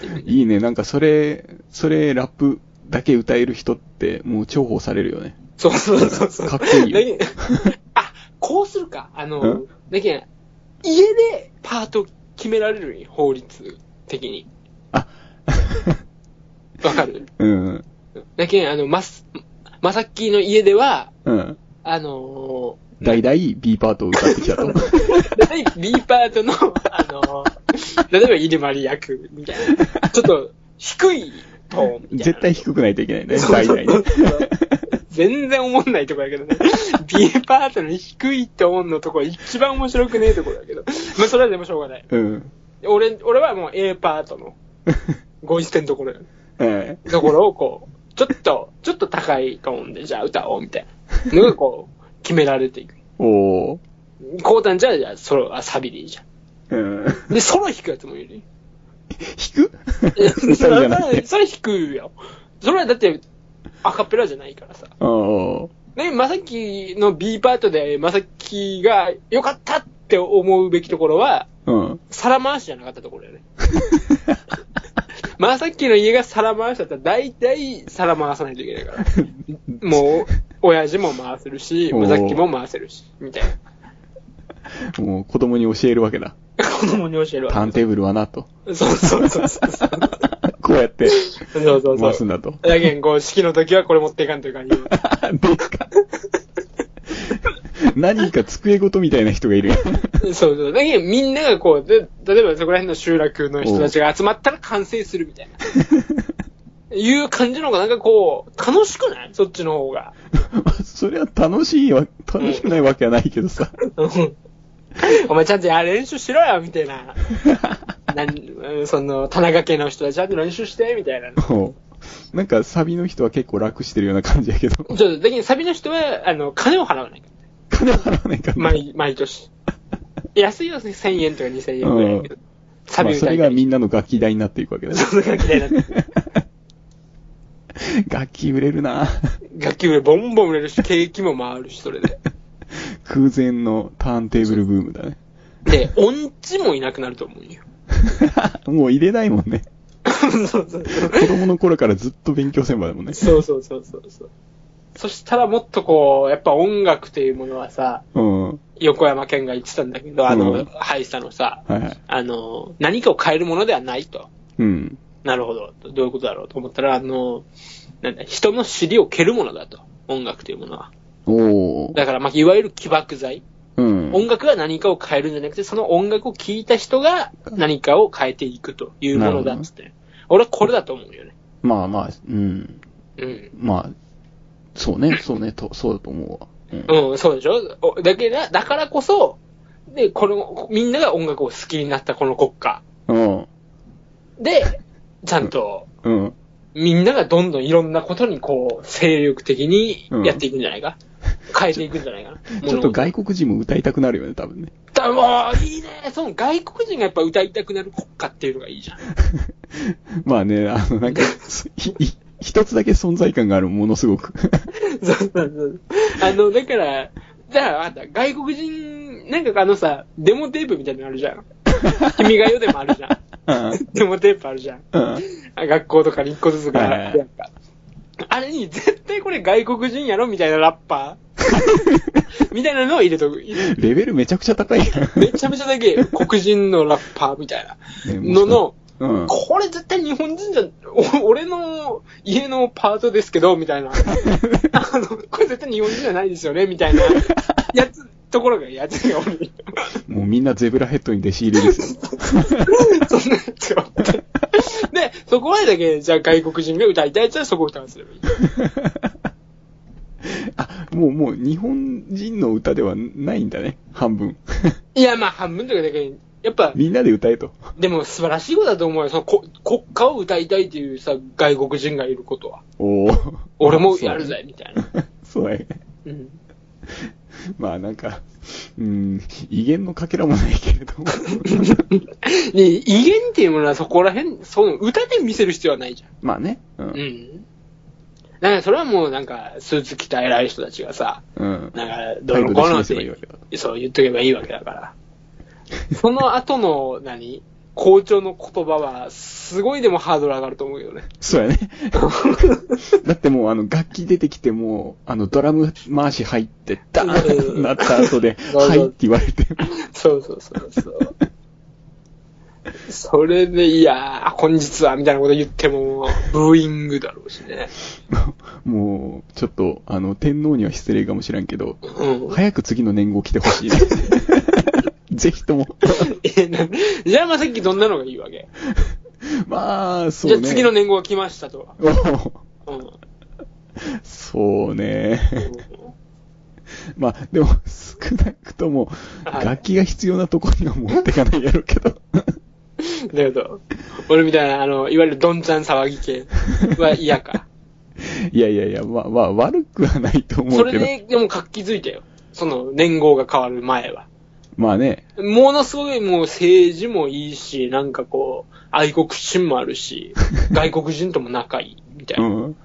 Speaker 2: てみる。
Speaker 1: いいね、なんかそれ、それラップだけ歌える人ってもう重宝されるよね。
Speaker 2: そうそうそうそう。
Speaker 1: かっこいいよ
Speaker 2: だけどあ、こうするか。あの
Speaker 1: ん、
Speaker 2: だけど家でパート決められるんよ法律的に。
Speaker 1: あ、
Speaker 2: わかる
Speaker 1: うん。
Speaker 2: だけどあの、まさ、まさっきの家では、
Speaker 1: うん。
Speaker 2: あの
Speaker 1: 代々 B パートを歌ってきた と。
Speaker 2: 大体 B パートの、あの、例えば、イリマリ役みたいな。ちょっと、低いトーンみたいな。
Speaker 1: 絶対低くないといけないね、
Speaker 2: そう
Speaker 1: 代
Speaker 2: そう
Speaker 1: 々ね。
Speaker 2: 全然思んないとこやけどね。B パートの低いトーンのとこ一番面白くねえとこだけど。まあ、それはでもしょうがない。
Speaker 1: うん。
Speaker 2: 俺、俺はもう A パートの、ご一点ところや、
Speaker 1: ええ
Speaker 2: ところをこう、ちょっと、ちょっと高いトーンで、じゃあ歌おう、みたいなのがこう、決められていく。
Speaker 1: おー。
Speaker 2: こうたんじゃあ、じゃあ、ソロ、あ、サビでいいじゃん。
Speaker 1: うん。
Speaker 2: で、ソロ弾くやつもいるよ。
Speaker 1: 弾く 歌うじゃなく て。
Speaker 2: それ弾くよ。それはだって、アカペラじゃないからさ。
Speaker 1: おー。
Speaker 2: ね、まさきの B パートで、まさきが良かったって思うべきところは、
Speaker 1: うん。
Speaker 2: 皿回しじゃなかったところやね。まさきの家が皿回しだったら、大体皿回さないといけな いから。もう、親父も回せるし、
Speaker 1: おー
Speaker 2: まさきも回せるし、みたいな。
Speaker 1: もう子供に教えるわけだ。
Speaker 2: 子供に教える
Speaker 1: ター
Speaker 2: わ
Speaker 1: ンテーブルはなと。
Speaker 2: け。そうそうそうそう そう。
Speaker 1: こうやって
Speaker 2: そうそう
Speaker 1: 回す
Speaker 2: そ
Speaker 1: ん
Speaker 2: う。
Speaker 1: だと。
Speaker 2: だけん、こう、式の時はこれ持っていかんという感じ。
Speaker 1: でか。何か机ごとみたいな人がいるよ。
Speaker 2: そうそう。だけど、みんながこう、で、例えばそこら辺の集落の人たちが集まったら完成するみたいな。いう感じの方がなんかこう、楽しくないそっちの方が。
Speaker 1: それは楽しいわ、楽しくないわけはないけどさ。
Speaker 2: うんお前ちゃんとや練習しろよ、みたいな。なんうんその、田中家の人たちゃんと練習して、みたいな。ち
Speaker 1: もうなんかサビの人は結構楽してるような感じやけど。
Speaker 2: ょっと、だけどサビの人は、あの、金を払わないから。
Speaker 1: 金払わないからね、
Speaker 2: 毎、毎年。安いよ、1000円とか2000円ぐらいだけど。サ
Speaker 1: ま
Speaker 2: ビ
Speaker 1: あ、そ
Speaker 2: 歌
Speaker 1: れ
Speaker 2: いた
Speaker 1: が
Speaker 2: り
Speaker 1: みんなの楽器代になっていくわけだね。
Speaker 2: それが嫌いになって。
Speaker 1: 楽器売れるな
Speaker 2: 楽器売れ、ボンボン売れるし、景気も回るし、それで。
Speaker 1: 空前のターンテーブルブームだね。
Speaker 2: で、音痴もいなくなると思う よ。
Speaker 1: もう入れないもんね。
Speaker 2: そうそうそう。
Speaker 1: 子供の頃からずっと勉強せんばだもんね。
Speaker 2: そうそうそうそうそう。そしたらもっとこう、やっぱ音楽というものはさ、
Speaker 1: うん。は
Speaker 2: 横山健が言ってたんだけど、あの、
Speaker 1: うん
Speaker 2: 歯医者のさ、
Speaker 1: いはい。
Speaker 2: あの、何かを変えるものではないと。
Speaker 1: うん。
Speaker 2: なるほど。どういうことだろうと思ったら、あの、なんだ、人の尻を蹴るものだと。音楽というものは。
Speaker 1: おー。
Speaker 2: だから、まあ、いわゆる起爆剤。
Speaker 1: うん。
Speaker 2: 音楽が何かを変えるんじゃなくて、その音楽を聴いた人が何かを変えていくというものだっつって。俺はこれだと思うよね。
Speaker 1: まあまあ、うん。
Speaker 2: うん。
Speaker 1: まあ、そうね、そうね、とそうだと思うわ。うん
Speaker 2: うん、そうでしょおだけど、だからこそ、で、この、みんなが音楽を好きになったこの国家。
Speaker 1: うん。
Speaker 2: で、ちゃんと、
Speaker 1: うん。
Speaker 2: みんながどんどんいろんなことにこう、精力的にやっていくんじゃないか、変えていくんじゃないかな
Speaker 1: ちょっと
Speaker 2: 外
Speaker 1: 外国人も歌いたくなるよね、多分ね。
Speaker 2: もういいねその外国人がやっぱ歌いたくなる国歌っていうのがいい じゃん。
Speaker 1: まあね、あの、なんか、ひひ一つだけ存在感がある、ものすごく。
Speaker 2: そうそうそう。あの、だから、じゃあ、あんた、外国人、なんかあのさ、デモテープみたいなのあるじゃん。君が代でもあるじゃん。
Speaker 1: うん
Speaker 2: デモテープあるじゃん。
Speaker 1: うん
Speaker 2: あ学校とかに一個ずつが
Speaker 1: はいはい
Speaker 2: あるやんか。あれに絶対これ外国人やろみたいなラッパ ーみたいなのを入れとく。
Speaker 1: レベルめちゃくちゃ高いやん。
Speaker 2: めちゃめちゃだけ黒人のラッパーみたいな
Speaker 1: ね
Speaker 2: のの、、
Speaker 1: もし
Speaker 2: これ絶対日本人じゃ、 お俺の家のパートですけど、み たいな。あの、これ絶対日本人じゃないですよね、みたいな。やつ、ところがやつがおる。
Speaker 1: うん。もうみんなゼブラヘッドに弟子入りですよ。
Speaker 2: そんなやつがおって。で、そこまでだけ、じゃあ外国人が歌いたいやつはそこを歌わせればいい。
Speaker 1: あ、もうもう日本人の歌ではないんだね、半分。
Speaker 2: いや、まあ半分というかだけ、やっぱ、
Speaker 1: みんなで歌えと。
Speaker 2: でも素晴らしいことだと思うよ。そのこ国歌を歌いたいっていうさ、外国人がいることは。
Speaker 1: おお。
Speaker 2: 俺もやるぜ、みたいな。
Speaker 1: そうだね。
Speaker 2: うん。
Speaker 1: まあなんか、うん、威厳のかけらもないけれ ども。
Speaker 2: ね、威厳っていうものはそこら辺、その歌で見せる必要はないじゃん。
Speaker 1: まあね。うん
Speaker 2: うん。だからそれはもうなんか、スーツ着た偉い人たちがさ、
Speaker 1: うん。
Speaker 2: なんか、ど
Speaker 1: 態
Speaker 2: う
Speaker 1: 度
Speaker 2: の
Speaker 1: で
Speaker 2: こうのっ
Speaker 1: 示せばいいわ
Speaker 2: て
Speaker 1: けだ。
Speaker 2: そう言っとけばいいわけだから。その後の何、校長の言葉は、すごいでもハードル上がると思う よね。
Speaker 1: そうやね。だってもうあの楽器出てきてもう、あのドラム回し入って、ダーンなった後 で、
Speaker 2: そうそう
Speaker 1: はいって言われて。
Speaker 2: そうそうそうそう。それで、いやー、本日は、みたいなこと言っても、ブーイングだろうしね。
Speaker 1: もう、ちょっと、あの、天皇には失礼かもしらんけど、
Speaker 2: うん。
Speaker 1: 早く次の年号来てほしいね。ぜひとも。
Speaker 2: えなじゃあ、まあさっきどんなのがいいわけ
Speaker 1: まあ、そう
Speaker 2: じゃあ
Speaker 1: ね。
Speaker 2: 次の年号が来ましたと。
Speaker 1: お
Speaker 2: うん。うん
Speaker 1: そうね。まあ、でも、少なくとも、
Speaker 2: はい
Speaker 1: 楽器が必要なとこには持ってかないやろうけど。
Speaker 2: だけど、俺みたいな、あの、いわゆるどんちゃん騒ぎ系は嫌 か。
Speaker 1: いやいやいや、まあ、まあ、悪くはないと思
Speaker 2: そう
Speaker 1: け
Speaker 2: れ
Speaker 1: ど。
Speaker 2: で、でも活気づいたよ。その、年号が変わる前は。
Speaker 1: まあね、
Speaker 2: ものすごいもう政治もいいし、なんかこう、愛国心もあるし、外国人とも仲いい、みたいうな。
Speaker 1: ん。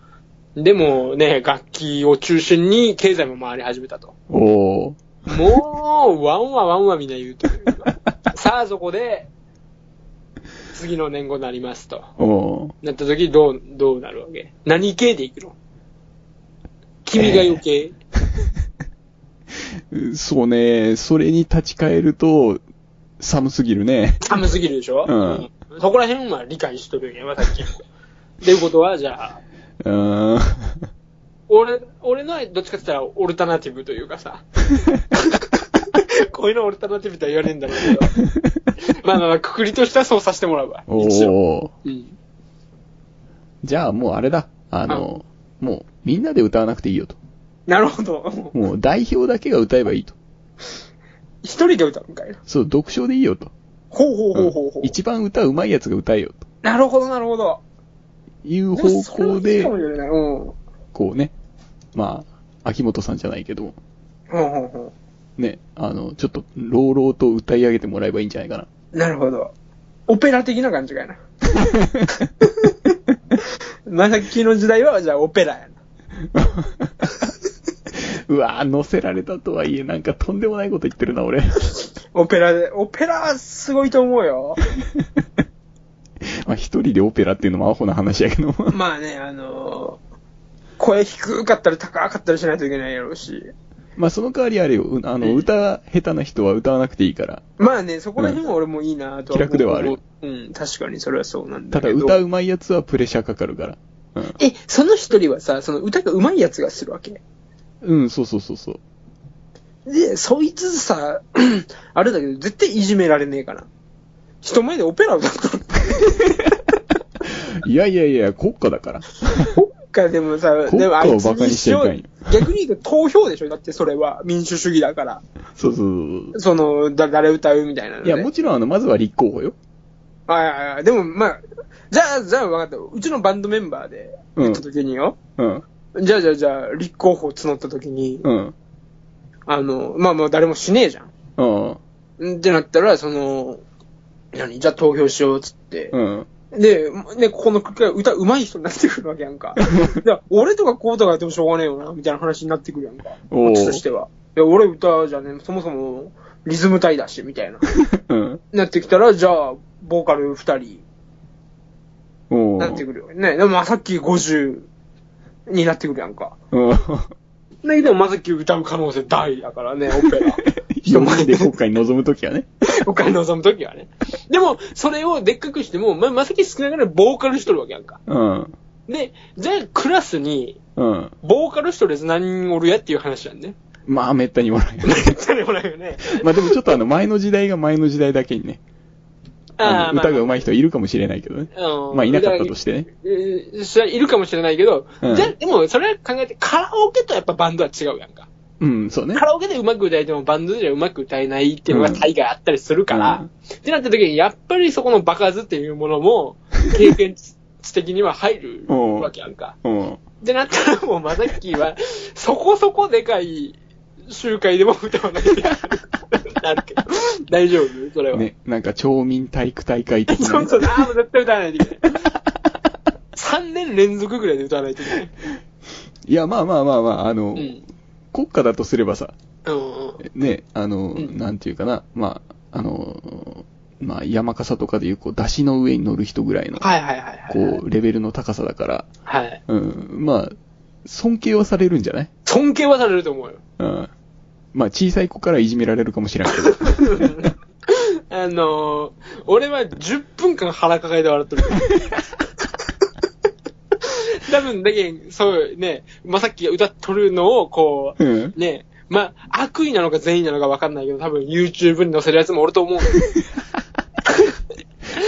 Speaker 2: でもね、楽器を中心に経済も回り始めたと。
Speaker 1: おー。
Speaker 2: もう、ワンワワンワみんな言う とる。さあそこで、次の年号になりますと。
Speaker 1: おー。
Speaker 2: なった時どう、どうなるわけ何系で行くの君が余計、
Speaker 1: そうね、それに立ち返ると、寒すぎるね。
Speaker 2: 寒すぎるでしょ
Speaker 1: うん
Speaker 2: うんそこら辺は理解しとるんやわ、さっきも。っていうことは、じゃあ、
Speaker 1: うーん。
Speaker 2: 俺、俺のはどっちかって言ったらオルタナティブというか さ。こういうのオルタナティブとは言われんだろうけ ど。まあまあまあ、くくりとしてはそうさせてもらうわ。 一応。
Speaker 1: おー。
Speaker 2: うん。
Speaker 1: じゃあもうあれだ。あの、もうみんなで歌わなくていいよと。
Speaker 2: なるほど。
Speaker 1: もう代表だけが歌えばいいと。
Speaker 2: 一人で歌うんかいな。
Speaker 1: そう、読唱でいいよと。
Speaker 2: ほうほうほうほうほう。
Speaker 1: 一番歌うまいやつが歌えよと
Speaker 2: なるほど、なるほど。
Speaker 1: いう方
Speaker 2: それは
Speaker 1: 向
Speaker 2: いい
Speaker 1: で
Speaker 2: かも、しれないうん。
Speaker 1: こうね、まあ、秋元さんじゃないけど、
Speaker 2: ほうほうほ
Speaker 1: ね、あの、ちょっと、朗々と歌い上げてもらえばいいんじゃないか な。
Speaker 2: う。なるほど。オペラ的な感じかいな。 まさきの時代は、じゃあオペラやな。
Speaker 1: うわぁ、乗せられたとはいえ、なんかとんでもないこと言ってるな、 俺。
Speaker 2: オペラで、オペラはすごいと思うよ。
Speaker 1: まあ、一人でオペラっていうのもアホな話やけど。
Speaker 2: まあね、あのー声低かったり高かったりしないといけないやろうし。
Speaker 1: まあ、その代わりあれよ、うあ
Speaker 2: ええ
Speaker 1: の、歌下手な人は歌わなくていいから。
Speaker 2: まあね、そこら辺は俺もいいなと
Speaker 1: 気楽ではある。
Speaker 2: うん、確かにそれはそうなんだ
Speaker 1: ただ、
Speaker 2: けど。
Speaker 1: 歌うまいやつはプレッシャーかかるから。うん。
Speaker 2: え、その一人はさ、その歌が上手いやつがするわけ
Speaker 1: うん、そうそうそう そう。
Speaker 2: で、そいつさ、 あれだけど、絶対いじめられねえかな。人前でオペラ歌った
Speaker 1: いやいやいや、国家だから。
Speaker 2: 国家でもさ、
Speaker 1: 国
Speaker 2: でも
Speaker 1: 家
Speaker 2: あい
Speaker 1: を
Speaker 2: つ
Speaker 1: バカにしてるかい
Speaker 2: に逆に言うと投票でしょだってそれは民主主義だから。
Speaker 1: そうそうそうそ
Speaker 2: その、だ、誰歌うみたいなの、
Speaker 1: う。
Speaker 2: ね。
Speaker 1: いや、もちろん、あの、まずは立候補よ。
Speaker 2: ああ、でもまあ、じゃあ、じゃあ分かった。うちのバンドメンバーで、
Speaker 1: う
Speaker 2: 言
Speaker 1: ん
Speaker 2: った時によ。
Speaker 1: うん。
Speaker 2: じゃあ、じゃあ、じゃあ、立候補を募った時に、
Speaker 1: うん。
Speaker 2: あの、まあもう誰もしねえじゃん。
Speaker 1: うん。
Speaker 2: んってなったら、その、何じゃあ投票しようっつって。
Speaker 1: うん。
Speaker 2: で、ね、ここの曲が歌上手い人になってくるわけやん か。いや、俺とかこうとかやってもしょうがねえよな、みたいな話になってくるやんか。
Speaker 1: おー
Speaker 2: こっちとしては。いや、俺歌じゃねえ、そもそもリズム体だし、みたいな。
Speaker 1: うん。
Speaker 2: なってきたら、じゃあ、ボーカル二人、
Speaker 1: お
Speaker 2: なってくるよ。ね、でもまさっき50になってくるやんか。
Speaker 1: うん。
Speaker 2: だけど、まさっき歌う可能性大だからね、オ ペラ。
Speaker 1: 人前で国会に臨むときはね。
Speaker 2: お金望むときはね。でも、それをでっかくしても、ま、まさき少ながらボーカルしとるわけやんか。
Speaker 1: うん。
Speaker 2: で、じゃあクラスに、
Speaker 1: うん。
Speaker 2: ボーカルしとるやつ何人おるやっていう話なんね。
Speaker 1: まあ、めったにもらえない。
Speaker 2: めっちゃでもないよね。。
Speaker 1: まあでもちょっとあの、前の時代が 前の時代だけにね、あの歌が上手い人いるかもしれないけどね。まあいなかったとしててね。
Speaker 2: えーそれはいるかもしれないけど、
Speaker 1: うん
Speaker 2: じゃあ、でも、それは考えて、カラオケとやっぱバンドは違うやんか。
Speaker 1: うん、そうね
Speaker 2: カ。ラオケでうまく歌えてもバンドではうまく歌えないっていうのが大概あったりするから、
Speaker 1: うん
Speaker 2: ってなった時に、やっぱりそこの場数っていうものも、経験値的には入るわけやんか。
Speaker 1: うん。
Speaker 2: ってなったらもう、マザッキーは、そこそこでかい集会でも歌わないでなるけど、大丈夫それは。
Speaker 1: ね、なんか町民体育大会的
Speaker 2: そ
Speaker 1: な
Speaker 2: う
Speaker 1: ね。
Speaker 2: そう、ああ、もう絶対歌わないといけない。3年連続ぐらいで歌わないといけない。
Speaker 1: いや、まあまあまあまあ、あの、
Speaker 2: うん。
Speaker 1: 国家だとすればさ、
Speaker 2: うんうん。
Speaker 1: ね、あの、
Speaker 2: うん
Speaker 1: なんていうかな、まあ、あの、まあ、山笠とかでいう、こう、出汁の上に乗る人ぐらいの、
Speaker 2: はいはいはいはい。
Speaker 1: こう、レベルの高さだから、
Speaker 2: はい。
Speaker 1: うん、まあ、尊敬はされるんじゃない
Speaker 2: 尊敬はされると思うよ。
Speaker 1: うん。まあ、小さい子からいじめられるかもしれんけど。
Speaker 2: あのー、俺は10分間腹抱えて笑ってる。多分、だけどそうね、まさっきが歌っとるのを、こ
Speaker 1: うん
Speaker 2: う、ね、まあ、悪意なのか善意なのか分かんないけど、多分 YouTube に載せるやつもおると 思う。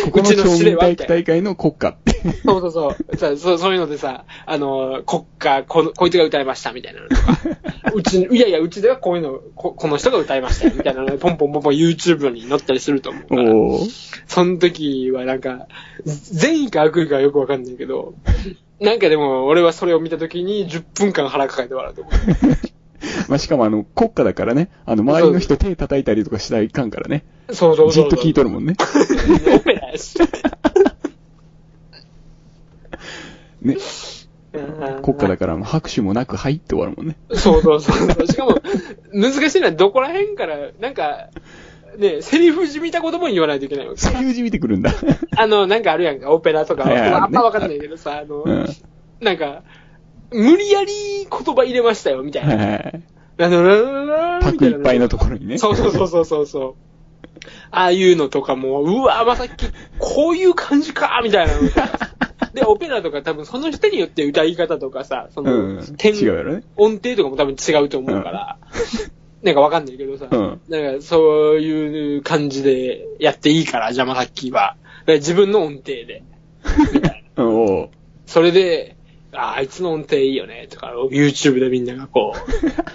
Speaker 1: ここの
Speaker 2: うちの
Speaker 1: 町
Speaker 2: 司令
Speaker 1: 民
Speaker 2: は
Speaker 1: 体
Speaker 2: みた
Speaker 1: 育
Speaker 2: いな
Speaker 1: 大会の国家って。
Speaker 2: そうそうそうさ。そう、そういうのでさ、あのー、国歌、この、こいつが歌いました、みたいなのと か。うち、いやいや、うちではこういうの、ここの人が歌いましたよ、みたいなので、ポンポンポンポン YouTube に載ったりすると思うから。
Speaker 1: おー
Speaker 2: その時はなんか、善意か悪意かよくわかんないけど、なんかでも俺はそれを見た時に10分間腹抱えて笑うと思う。
Speaker 1: まあ、しかもあの、国家だからね、あの、周りの人手叩いたりとかしたらいかんからね、
Speaker 2: そうそう
Speaker 1: じ
Speaker 2: そ
Speaker 1: っ
Speaker 2: うそう。
Speaker 1: と聞い とるもんね。
Speaker 2: オペラやし。
Speaker 1: ね、
Speaker 2: うん
Speaker 1: 国家だからもう拍手もなく、はいって終わるもんね。
Speaker 2: そうそうそうそう。しかも、難しいのはどこら辺から、なんか、ね、セリフじみたことも言わないといけないわけ。
Speaker 1: そういう字見てくるん だ。
Speaker 2: あの、なんかあるやんか、オペラとか。
Speaker 1: はいはい
Speaker 2: あ
Speaker 1: あ
Speaker 2: ん
Speaker 1: るね
Speaker 2: まわかんないけどさ、あの、
Speaker 1: うん。はい
Speaker 2: なんか、無理やり言葉入れましたよ、みたい
Speaker 1: は
Speaker 2: な。
Speaker 1: いはい。
Speaker 2: ララララララ
Speaker 1: パク
Speaker 2: みた
Speaker 1: い
Speaker 2: いな
Speaker 1: っぱいのところにね。
Speaker 2: そうそうそうそうそうそう。ああいうのとかも、うわ、まさっき、こういう感じかみたいなのとか。で、オペラとか多分その人によって歌い方とかさ、その、
Speaker 1: うん。
Speaker 2: 点
Speaker 1: 違うやろね。
Speaker 2: 音程とかも多分違うと思うから、なんかわかんないけどさ、
Speaker 1: うん
Speaker 2: なんかそういう感じでやっていいから、じゃあまさっきは。で自分の音程で。
Speaker 1: うん おう
Speaker 2: それで、ああいつの音程いいよね、とか、YouTube でみんながこ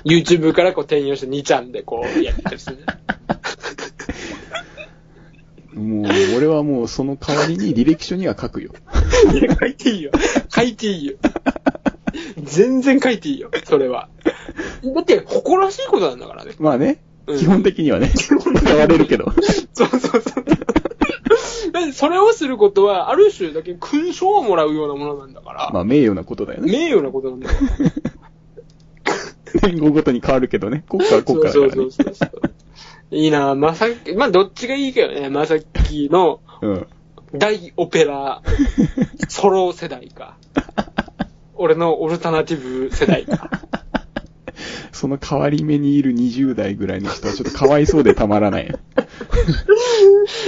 Speaker 2: う、YouTube からこう転用して2ちゃんでこうやってたりする。
Speaker 1: もう、俺はもうその代わりに履歴書には書くよ。
Speaker 2: いや、書いていいよ。書いていいよ。全然書いていいよ、それは。だって、誇らしいことなんだからね。
Speaker 1: まあね、
Speaker 2: うん
Speaker 1: 基本的にはね、疑われるけど。
Speaker 2: そうそうそう。だってそれをすることは、ある種だけ勲章をもらうようなものなんだから、
Speaker 1: まあ、名誉なことだよね。
Speaker 2: 名誉なことなんだから。
Speaker 1: 年号ごとに変わるけどね。国家は
Speaker 2: そ
Speaker 1: 国家
Speaker 2: う
Speaker 1: だか
Speaker 2: そ
Speaker 1: ら
Speaker 2: う
Speaker 1: ね。
Speaker 2: そうそういいなまさき、まあ、どっちがいいけどね、まさきの
Speaker 1: うん。
Speaker 2: 大オペラソロ世代か、俺のオルタナティブ世 代か。
Speaker 1: その変わり目にいる20代ぐらいの人はちょっとかわいそうでたまら ない。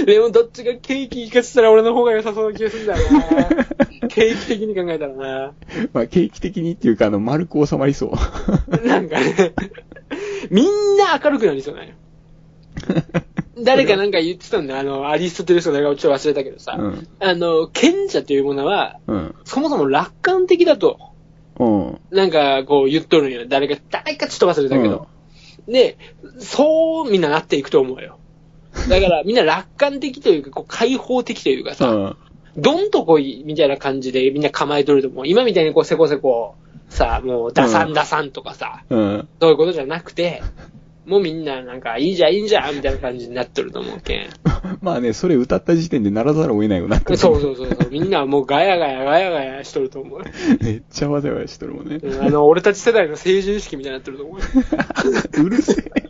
Speaker 2: でもどっちがケーキ行かせたら俺の方が良さそうな気がするんだよ な。ケーキ的に考えたらな。
Speaker 1: まあ、景気的にっていうか、あの、丸く収まりそう。
Speaker 2: なんかね、みんな明るくなりそうなんよ。 誰かなんか言ってたんだよ。あの、アリストテレスの誰かちょっと忘れたけどさ。
Speaker 1: うん
Speaker 2: あの、賢者というものは、
Speaker 1: うん。
Speaker 2: そもそも楽観的だと、
Speaker 1: うん。
Speaker 2: なんかこう言っとるんよ。誰か、誰かちょっと忘れたけど。で、そうみん ななっていくと思うよ。だからみんな楽観的というか、こう開放的というか
Speaker 1: う
Speaker 2: さ、
Speaker 1: ん。
Speaker 2: どんとこい、みたいな感じでみんな構えとると思う。今みたいにこう、せこせこ、さ、もう、ダサ
Speaker 1: う
Speaker 2: ン
Speaker 1: ん
Speaker 2: ダサンとかさ、
Speaker 1: うん。
Speaker 2: そういうことじゃなくて、もうみんななんか、いいじゃんいいじゃんみたいな感じになっとると思うけん。
Speaker 1: まあね、それ歌った時点でならざるを得ないよな。
Speaker 2: そうそうそうそう。みんなはもうガヤガヤガヤガヤしとると思う。
Speaker 1: めっちゃわざわざしとるもんね。
Speaker 2: うんあの、俺たち世代の成人式みたいになってると思う。
Speaker 1: うるせ え。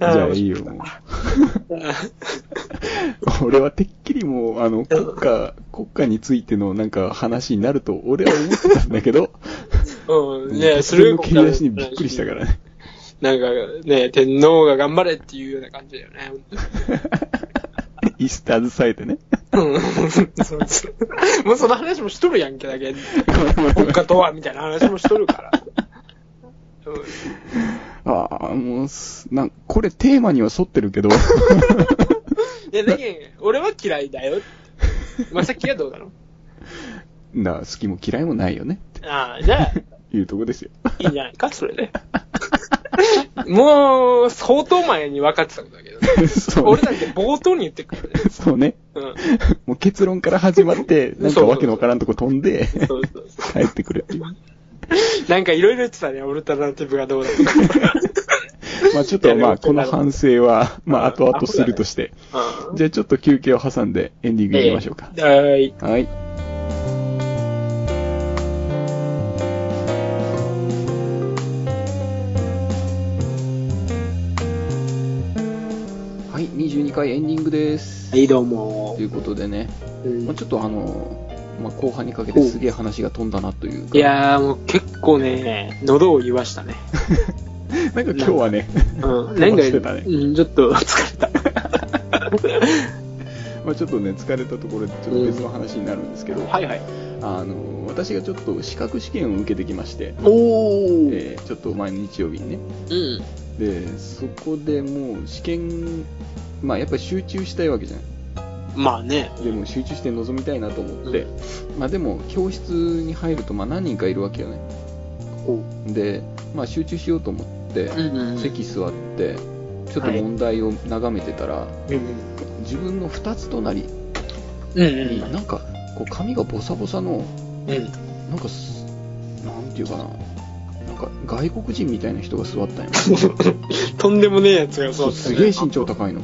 Speaker 1: じゃあいいよ、もう。俺はてっきりもう、あの、国家、国家についてのなんか話になると、俺は思ってたんだけど、
Speaker 2: うん、ねす
Speaker 1: それ
Speaker 2: る
Speaker 1: の蹴り出しにびっくりしたからね。
Speaker 2: なんかね、天皇が頑張れっていうような感じだよね。
Speaker 1: イスターズさえてね。
Speaker 2: うんそうそう もうその話もしとるやんけだけ。国家とはみたいな話もしとるから。うん
Speaker 1: ああ、もうす、なんこれテーマには沿ってるけど、
Speaker 2: いや、だけん俺は嫌いだよって。まさきはどうなの
Speaker 1: な、好きも嫌いもないよね、
Speaker 2: ああ、じゃあ、
Speaker 1: っていうとこですよ。
Speaker 2: いいんじゃないか、それで。 もう、相当前に分かってたことだけどね。
Speaker 1: そう
Speaker 2: 俺
Speaker 1: ね
Speaker 2: だって冒頭に言ってくるからね。
Speaker 1: そうね。
Speaker 2: うん。
Speaker 1: もう結論から始まって、なんかわけのわからんとこ飛んで、
Speaker 2: そうそうそ
Speaker 1: 帰ってくるっていう。
Speaker 2: う。なんかいろいろ言ってたね、オルタナティブがどう だとか。
Speaker 1: まあちょっとまあこの反省は、まあ後々するとして。
Speaker 2: うん。
Speaker 1: じゃあちょっと休憩を挟んでエンディングいきましょうか。
Speaker 2: ええはーい。
Speaker 1: はい。はい、22回エンディングです。
Speaker 2: はい、どうも
Speaker 1: とい。うことでね、
Speaker 2: うん
Speaker 1: まあ、ちょっとあの、まあ、後半にかけてすげえ話が飛んだなというか、
Speaker 2: いやー、もう結構ね、喉を言わしたね。
Speaker 1: なんか今日はね、
Speaker 2: うん。
Speaker 1: 飛
Speaker 2: なん
Speaker 1: ば
Speaker 2: か、
Speaker 1: してたね
Speaker 2: うん、ちょっと疲 れた。
Speaker 1: まあちょっとね、疲れたところでちょっと別の話になるんですけど、
Speaker 2: はいはい。
Speaker 1: あの私がちょっと資格試験を受けてきまして、
Speaker 2: おー。
Speaker 1: えーちょっと前の日曜日にね、
Speaker 2: うん。
Speaker 1: でそこでもう試験、まあ、やっぱり集中したいわけじゃない
Speaker 2: まあね。
Speaker 1: でも集中して臨みたいなと思って、まあ、でも教室に入るとまあ何人かいるわけよね
Speaker 2: うん。
Speaker 1: で、まあ、集中しようと思って
Speaker 2: う、んうん。
Speaker 1: 席座ってちょっと問題を眺めてたら、
Speaker 2: うん
Speaker 1: 自分の2つ隣
Speaker 2: うん。う
Speaker 1: に
Speaker 2: ん
Speaker 1: なんかこう髪がボサボサの
Speaker 2: うん。うん。
Speaker 1: なんかすなんていうかななんか外国人みたいな人が座ったんよ
Speaker 2: とんでもねえやつが
Speaker 1: そうすげえ身長高い の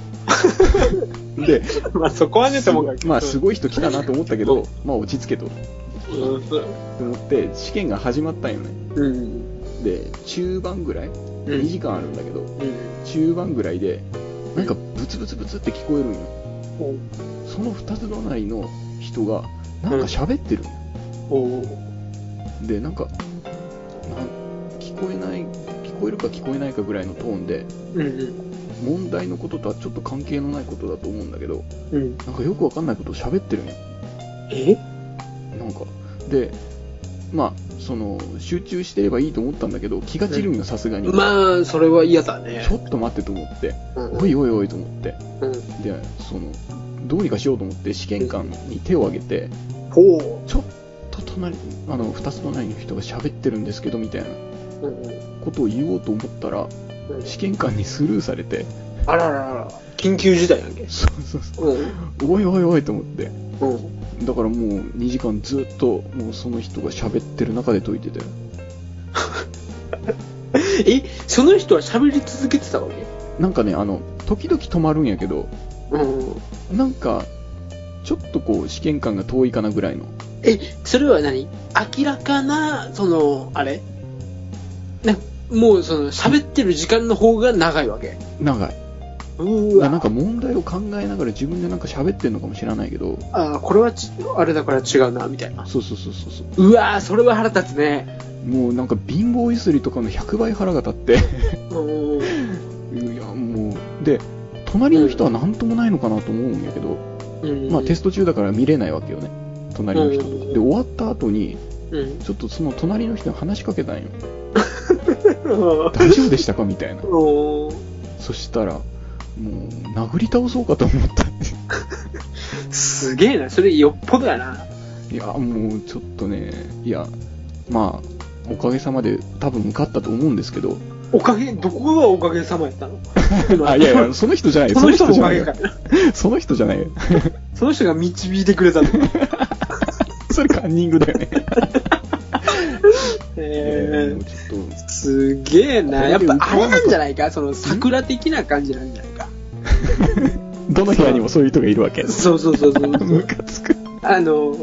Speaker 1: で
Speaker 2: まあそこはね、ともかく。
Speaker 1: まあす
Speaker 2: ご
Speaker 1: ごい人来たなと思ったけど、まあ落ち着けと
Speaker 2: い。う
Speaker 1: と思って試験が始まったんよね
Speaker 2: ん。
Speaker 1: で中盤ぐらい
Speaker 2: うん
Speaker 1: 2時間あるんだけど
Speaker 2: うん。
Speaker 1: 中盤ぐらいでなんかブツブツブツって聞こえるんよ
Speaker 2: お
Speaker 1: その2つ隣の人がなんか喋ってるんよ
Speaker 2: お
Speaker 1: でなんかなん聞こえない聞こえるか聞こえないかぐらいのトーンで
Speaker 2: うんうん。
Speaker 1: 問題のこととはちょっと関係のないことだと思うんだけど
Speaker 2: うん。
Speaker 1: なんかよくわかんないことを喋ってるんよ
Speaker 2: え
Speaker 1: なんかでまあその集中してればいいと思ったんだけど気が散るんよさすがに、
Speaker 2: まあ、それは嫌だね
Speaker 1: ち。ょっと待ってと思って
Speaker 2: うん
Speaker 1: おいおいおいと思って
Speaker 2: うん。
Speaker 1: でそのどうにかしようと思って試験官に手を挙げて
Speaker 2: ほ
Speaker 1: ちょっと隣あの2つ隣の人が喋ってるんですけどみたいな
Speaker 2: う。うんうん。
Speaker 1: ことを言おうと思ったら試験官にスルーされて
Speaker 2: あらららら。緊急事態やんけ。
Speaker 1: そうそうそ
Speaker 2: うん。
Speaker 1: うおいおいおいと思って
Speaker 2: うん。
Speaker 1: だからもう2時間ずっともうその人が喋ってる中で解いてて
Speaker 2: え、その人は喋り続けてたわけ
Speaker 1: なんかねあの時々止まるんやけど
Speaker 2: うん。
Speaker 1: なんか、ちょっとこう、試験官が遠いかなぐらいの。
Speaker 2: え、それは何明らかな、その、あれなもう、その、喋ってる時間の方が長いわけ。
Speaker 1: 長い。
Speaker 2: うーわ。
Speaker 1: なんか問題を考えながら自分でなんか喋ってんのかもしれないけど、
Speaker 2: あーこれはち、あれだから違うな、みたいな。
Speaker 1: そうそうそうそうそう
Speaker 2: わー、それは腹立つね。
Speaker 1: う。もうなんか貧乏ゆすりとかの100倍腹が立って、
Speaker 2: う ん。
Speaker 1: いや、もう、で、隣の人は何ともないのかなと思うんやけど、
Speaker 2: うん
Speaker 1: まあテスト中だから見れないわけよね。隣の人とか。で、終わった後に、
Speaker 2: うん。
Speaker 1: ちょっとその隣の人に話しかけたんよ。大丈夫でしたかみたいな。
Speaker 2: おー
Speaker 1: そしたら、もう、殴り倒そうかと思った。
Speaker 2: すげえな、それよっぽどやな。
Speaker 1: いや、もうちょっとね、いや、まあ、おかげさまで多分受かったと思うんですけど、
Speaker 2: おかげ、どこがおかげさまや ったの
Speaker 1: あ、いやいや、その人じゃないよ。
Speaker 2: その人のおか
Speaker 1: い
Speaker 2: げ
Speaker 1: よ
Speaker 2: か。
Speaker 1: その人じゃないよ。
Speaker 2: その人が導いてくれた の。
Speaker 1: それカンニングだよね。
Speaker 2: えー、
Speaker 1: ちょっ
Speaker 2: すげえな。やっぱあれなんじゃないかその桜的な感じなんじゃないか。
Speaker 1: と、どの部屋にもそういう人がいるわけ。
Speaker 2: そうそうそうそう。
Speaker 1: ムカつく。
Speaker 2: あの、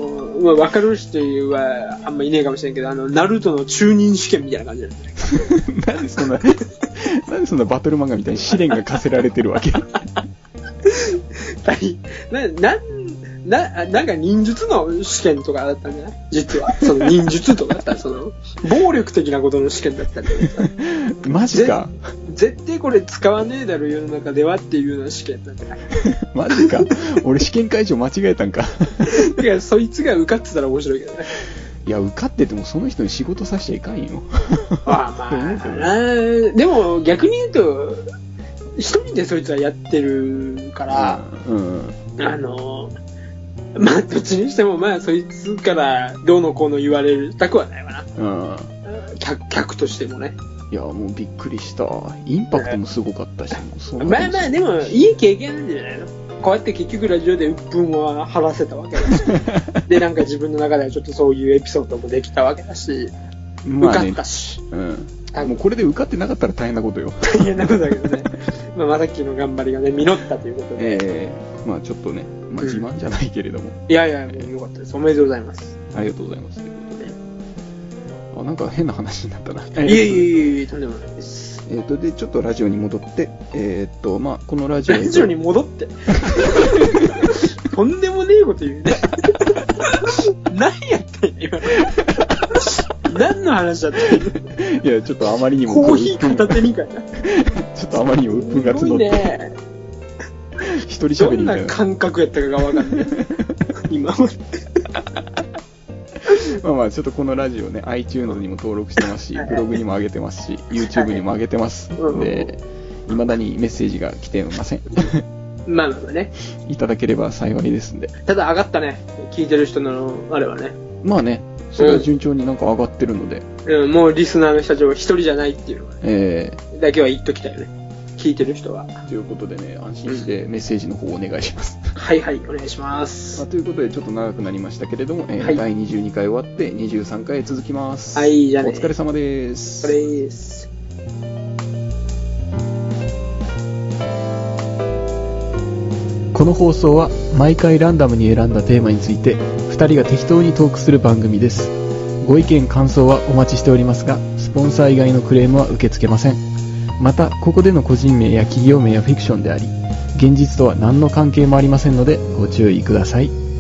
Speaker 2: まあ、わかる人はあんまいねえかもしれんけど、あの、ナルトの中任試験みたい な感じなんじゃない
Speaker 1: なんでそんな、なんでそんなバトル漫画みたいに試練が課せられてるわけ
Speaker 2: はいな、なん、な、あなんか忍術の試験とかだったんじゃない実は。その忍術とかだったら、その、暴力的なことの試験だったりとかさ
Speaker 1: マジか。
Speaker 2: 絶対これ使わねえだろ、世の中ではっていうような試験なんじゃない
Speaker 1: マジか。俺試験会場間違えたんか。
Speaker 2: だから、そいつが受かってたら面白いけどね。
Speaker 1: いや、受かっててもその人に仕事させちゃいかんよ。
Speaker 2: まあまあな、でも逆に言うと、一人でそいつはやってるから、
Speaker 1: うん。
Speaker 2: あのまあ、どっちにしても、まあ、そいつからどうのこうの言われたくはないわな。
Speaker 1: うん。
Speaker 2: 客客としてもね。
Speaker 1: いや、もうびっくりした。インパクトもすごかったし、もうその
Speaker 2: まあまあ、でも、いい経験なんじゃないのこうやって結局ラジオで鬱憤は晴らせたわけだ し。で、なんか自分の中ではちょっとそういうエピソードもできたわけだし、 受
Speaker 1: まあ
Speaker 2: か
Speaker 1: ね
Speaker 2: ったし。
Speaker 1: うん。
Speaker 2: 多
Speaker 1: もう
Speaker 2: 分
Speaker 1: これで受かってなかったら大変なことよ。
Speaker 2: 大変なことだ けどね。まあ、まさきの頑張りがね、実ったということで。
Speaker 1: ええまあちょっとね、まあ
Speaker 2: うん
Speaker 1: 自慢じゃないけれども、
Speaker 2: いやいや、もうよかったです。おめでとうございます。
Speaker 1: ありがとうございます。ということで。あ、なんか変な話になったな。
Speaker 2: いえいえいえいえ、とんでもないです。
Speaker 1: えっ、と、で、ちょっとラジオに戻って、えっ、と、まあこのラジオ。
Speaker 2: ラジオに戻って。とんでもねえこと言うね。何やってんの今。何の話だったの
Speaker 1: いや、ちょっとあまりにも。
Speaker 2: コーヒー片手にかいな。
Speaker 1: ちょっとあまりにも鬱憤が
Speaker 2: す
Speaker 1: 募
Speaker 2: ご
Speaker 1: っ
Speaker 2: い
Speaker 1: て、
Speaker 2: ね。
Speaker 1: 一人喋
Speaker 2: ど
Speaker 1: り
Speaker 2: ん
Speaker 1: みたい
Speaker 2: な
Speaker 1: な。
Speaker 2: 感覚やったかがわかんない。今まで。
Speaker 1: まあまあ、ちょっとこのラジオね、iTunes にも登録してますし、
Speaker 2: はい
Speaker 1: ブログにも上げてますし、YouTube にも上げてます。
Speaker 2: うん
Speaker 1: で、未だにメッセージが来てま せん。
Speaker 2: まあまあまあね。
Speaker 1: いただければ幸いですんで。
Speaker 2: ただ上がったね。聞いてる人の、あれはね。
Speaker 1: まあね、それは順調になんか上がってるので、
Speaker 2: うん、もうリスナーの人たちは一人じゃないっていうの
Speaker 1: え
Speaker 2: だけは言っときたいよね。聞いてる人は。
Speaker 1: ー、ということでね、安心してメッセージの方お願いし ます。
Speaker 2: はいはい、お願いしま
Speaker 1: まあ
Speaker 2: す。
Speaker 1: ということで、ちょっと長くなりましたけれども、えー
Speaker 2: はい
Speaker 1: 第22回終わって23回続きます。
Speaker 2: はいじゃあね
Speaker 1: お疲れ様です。
Speaker 2: これです。
Speaker 1: この放送は毎回ランダムに選んだテーマについて2人が適当にトークする番組ですご意見感想はお待ちしておりますがスポンサー以外のクレームは受け付けませんまたここでの個人名や企業名はフィクションであり現実とは何の関係もありませんのでご注意ください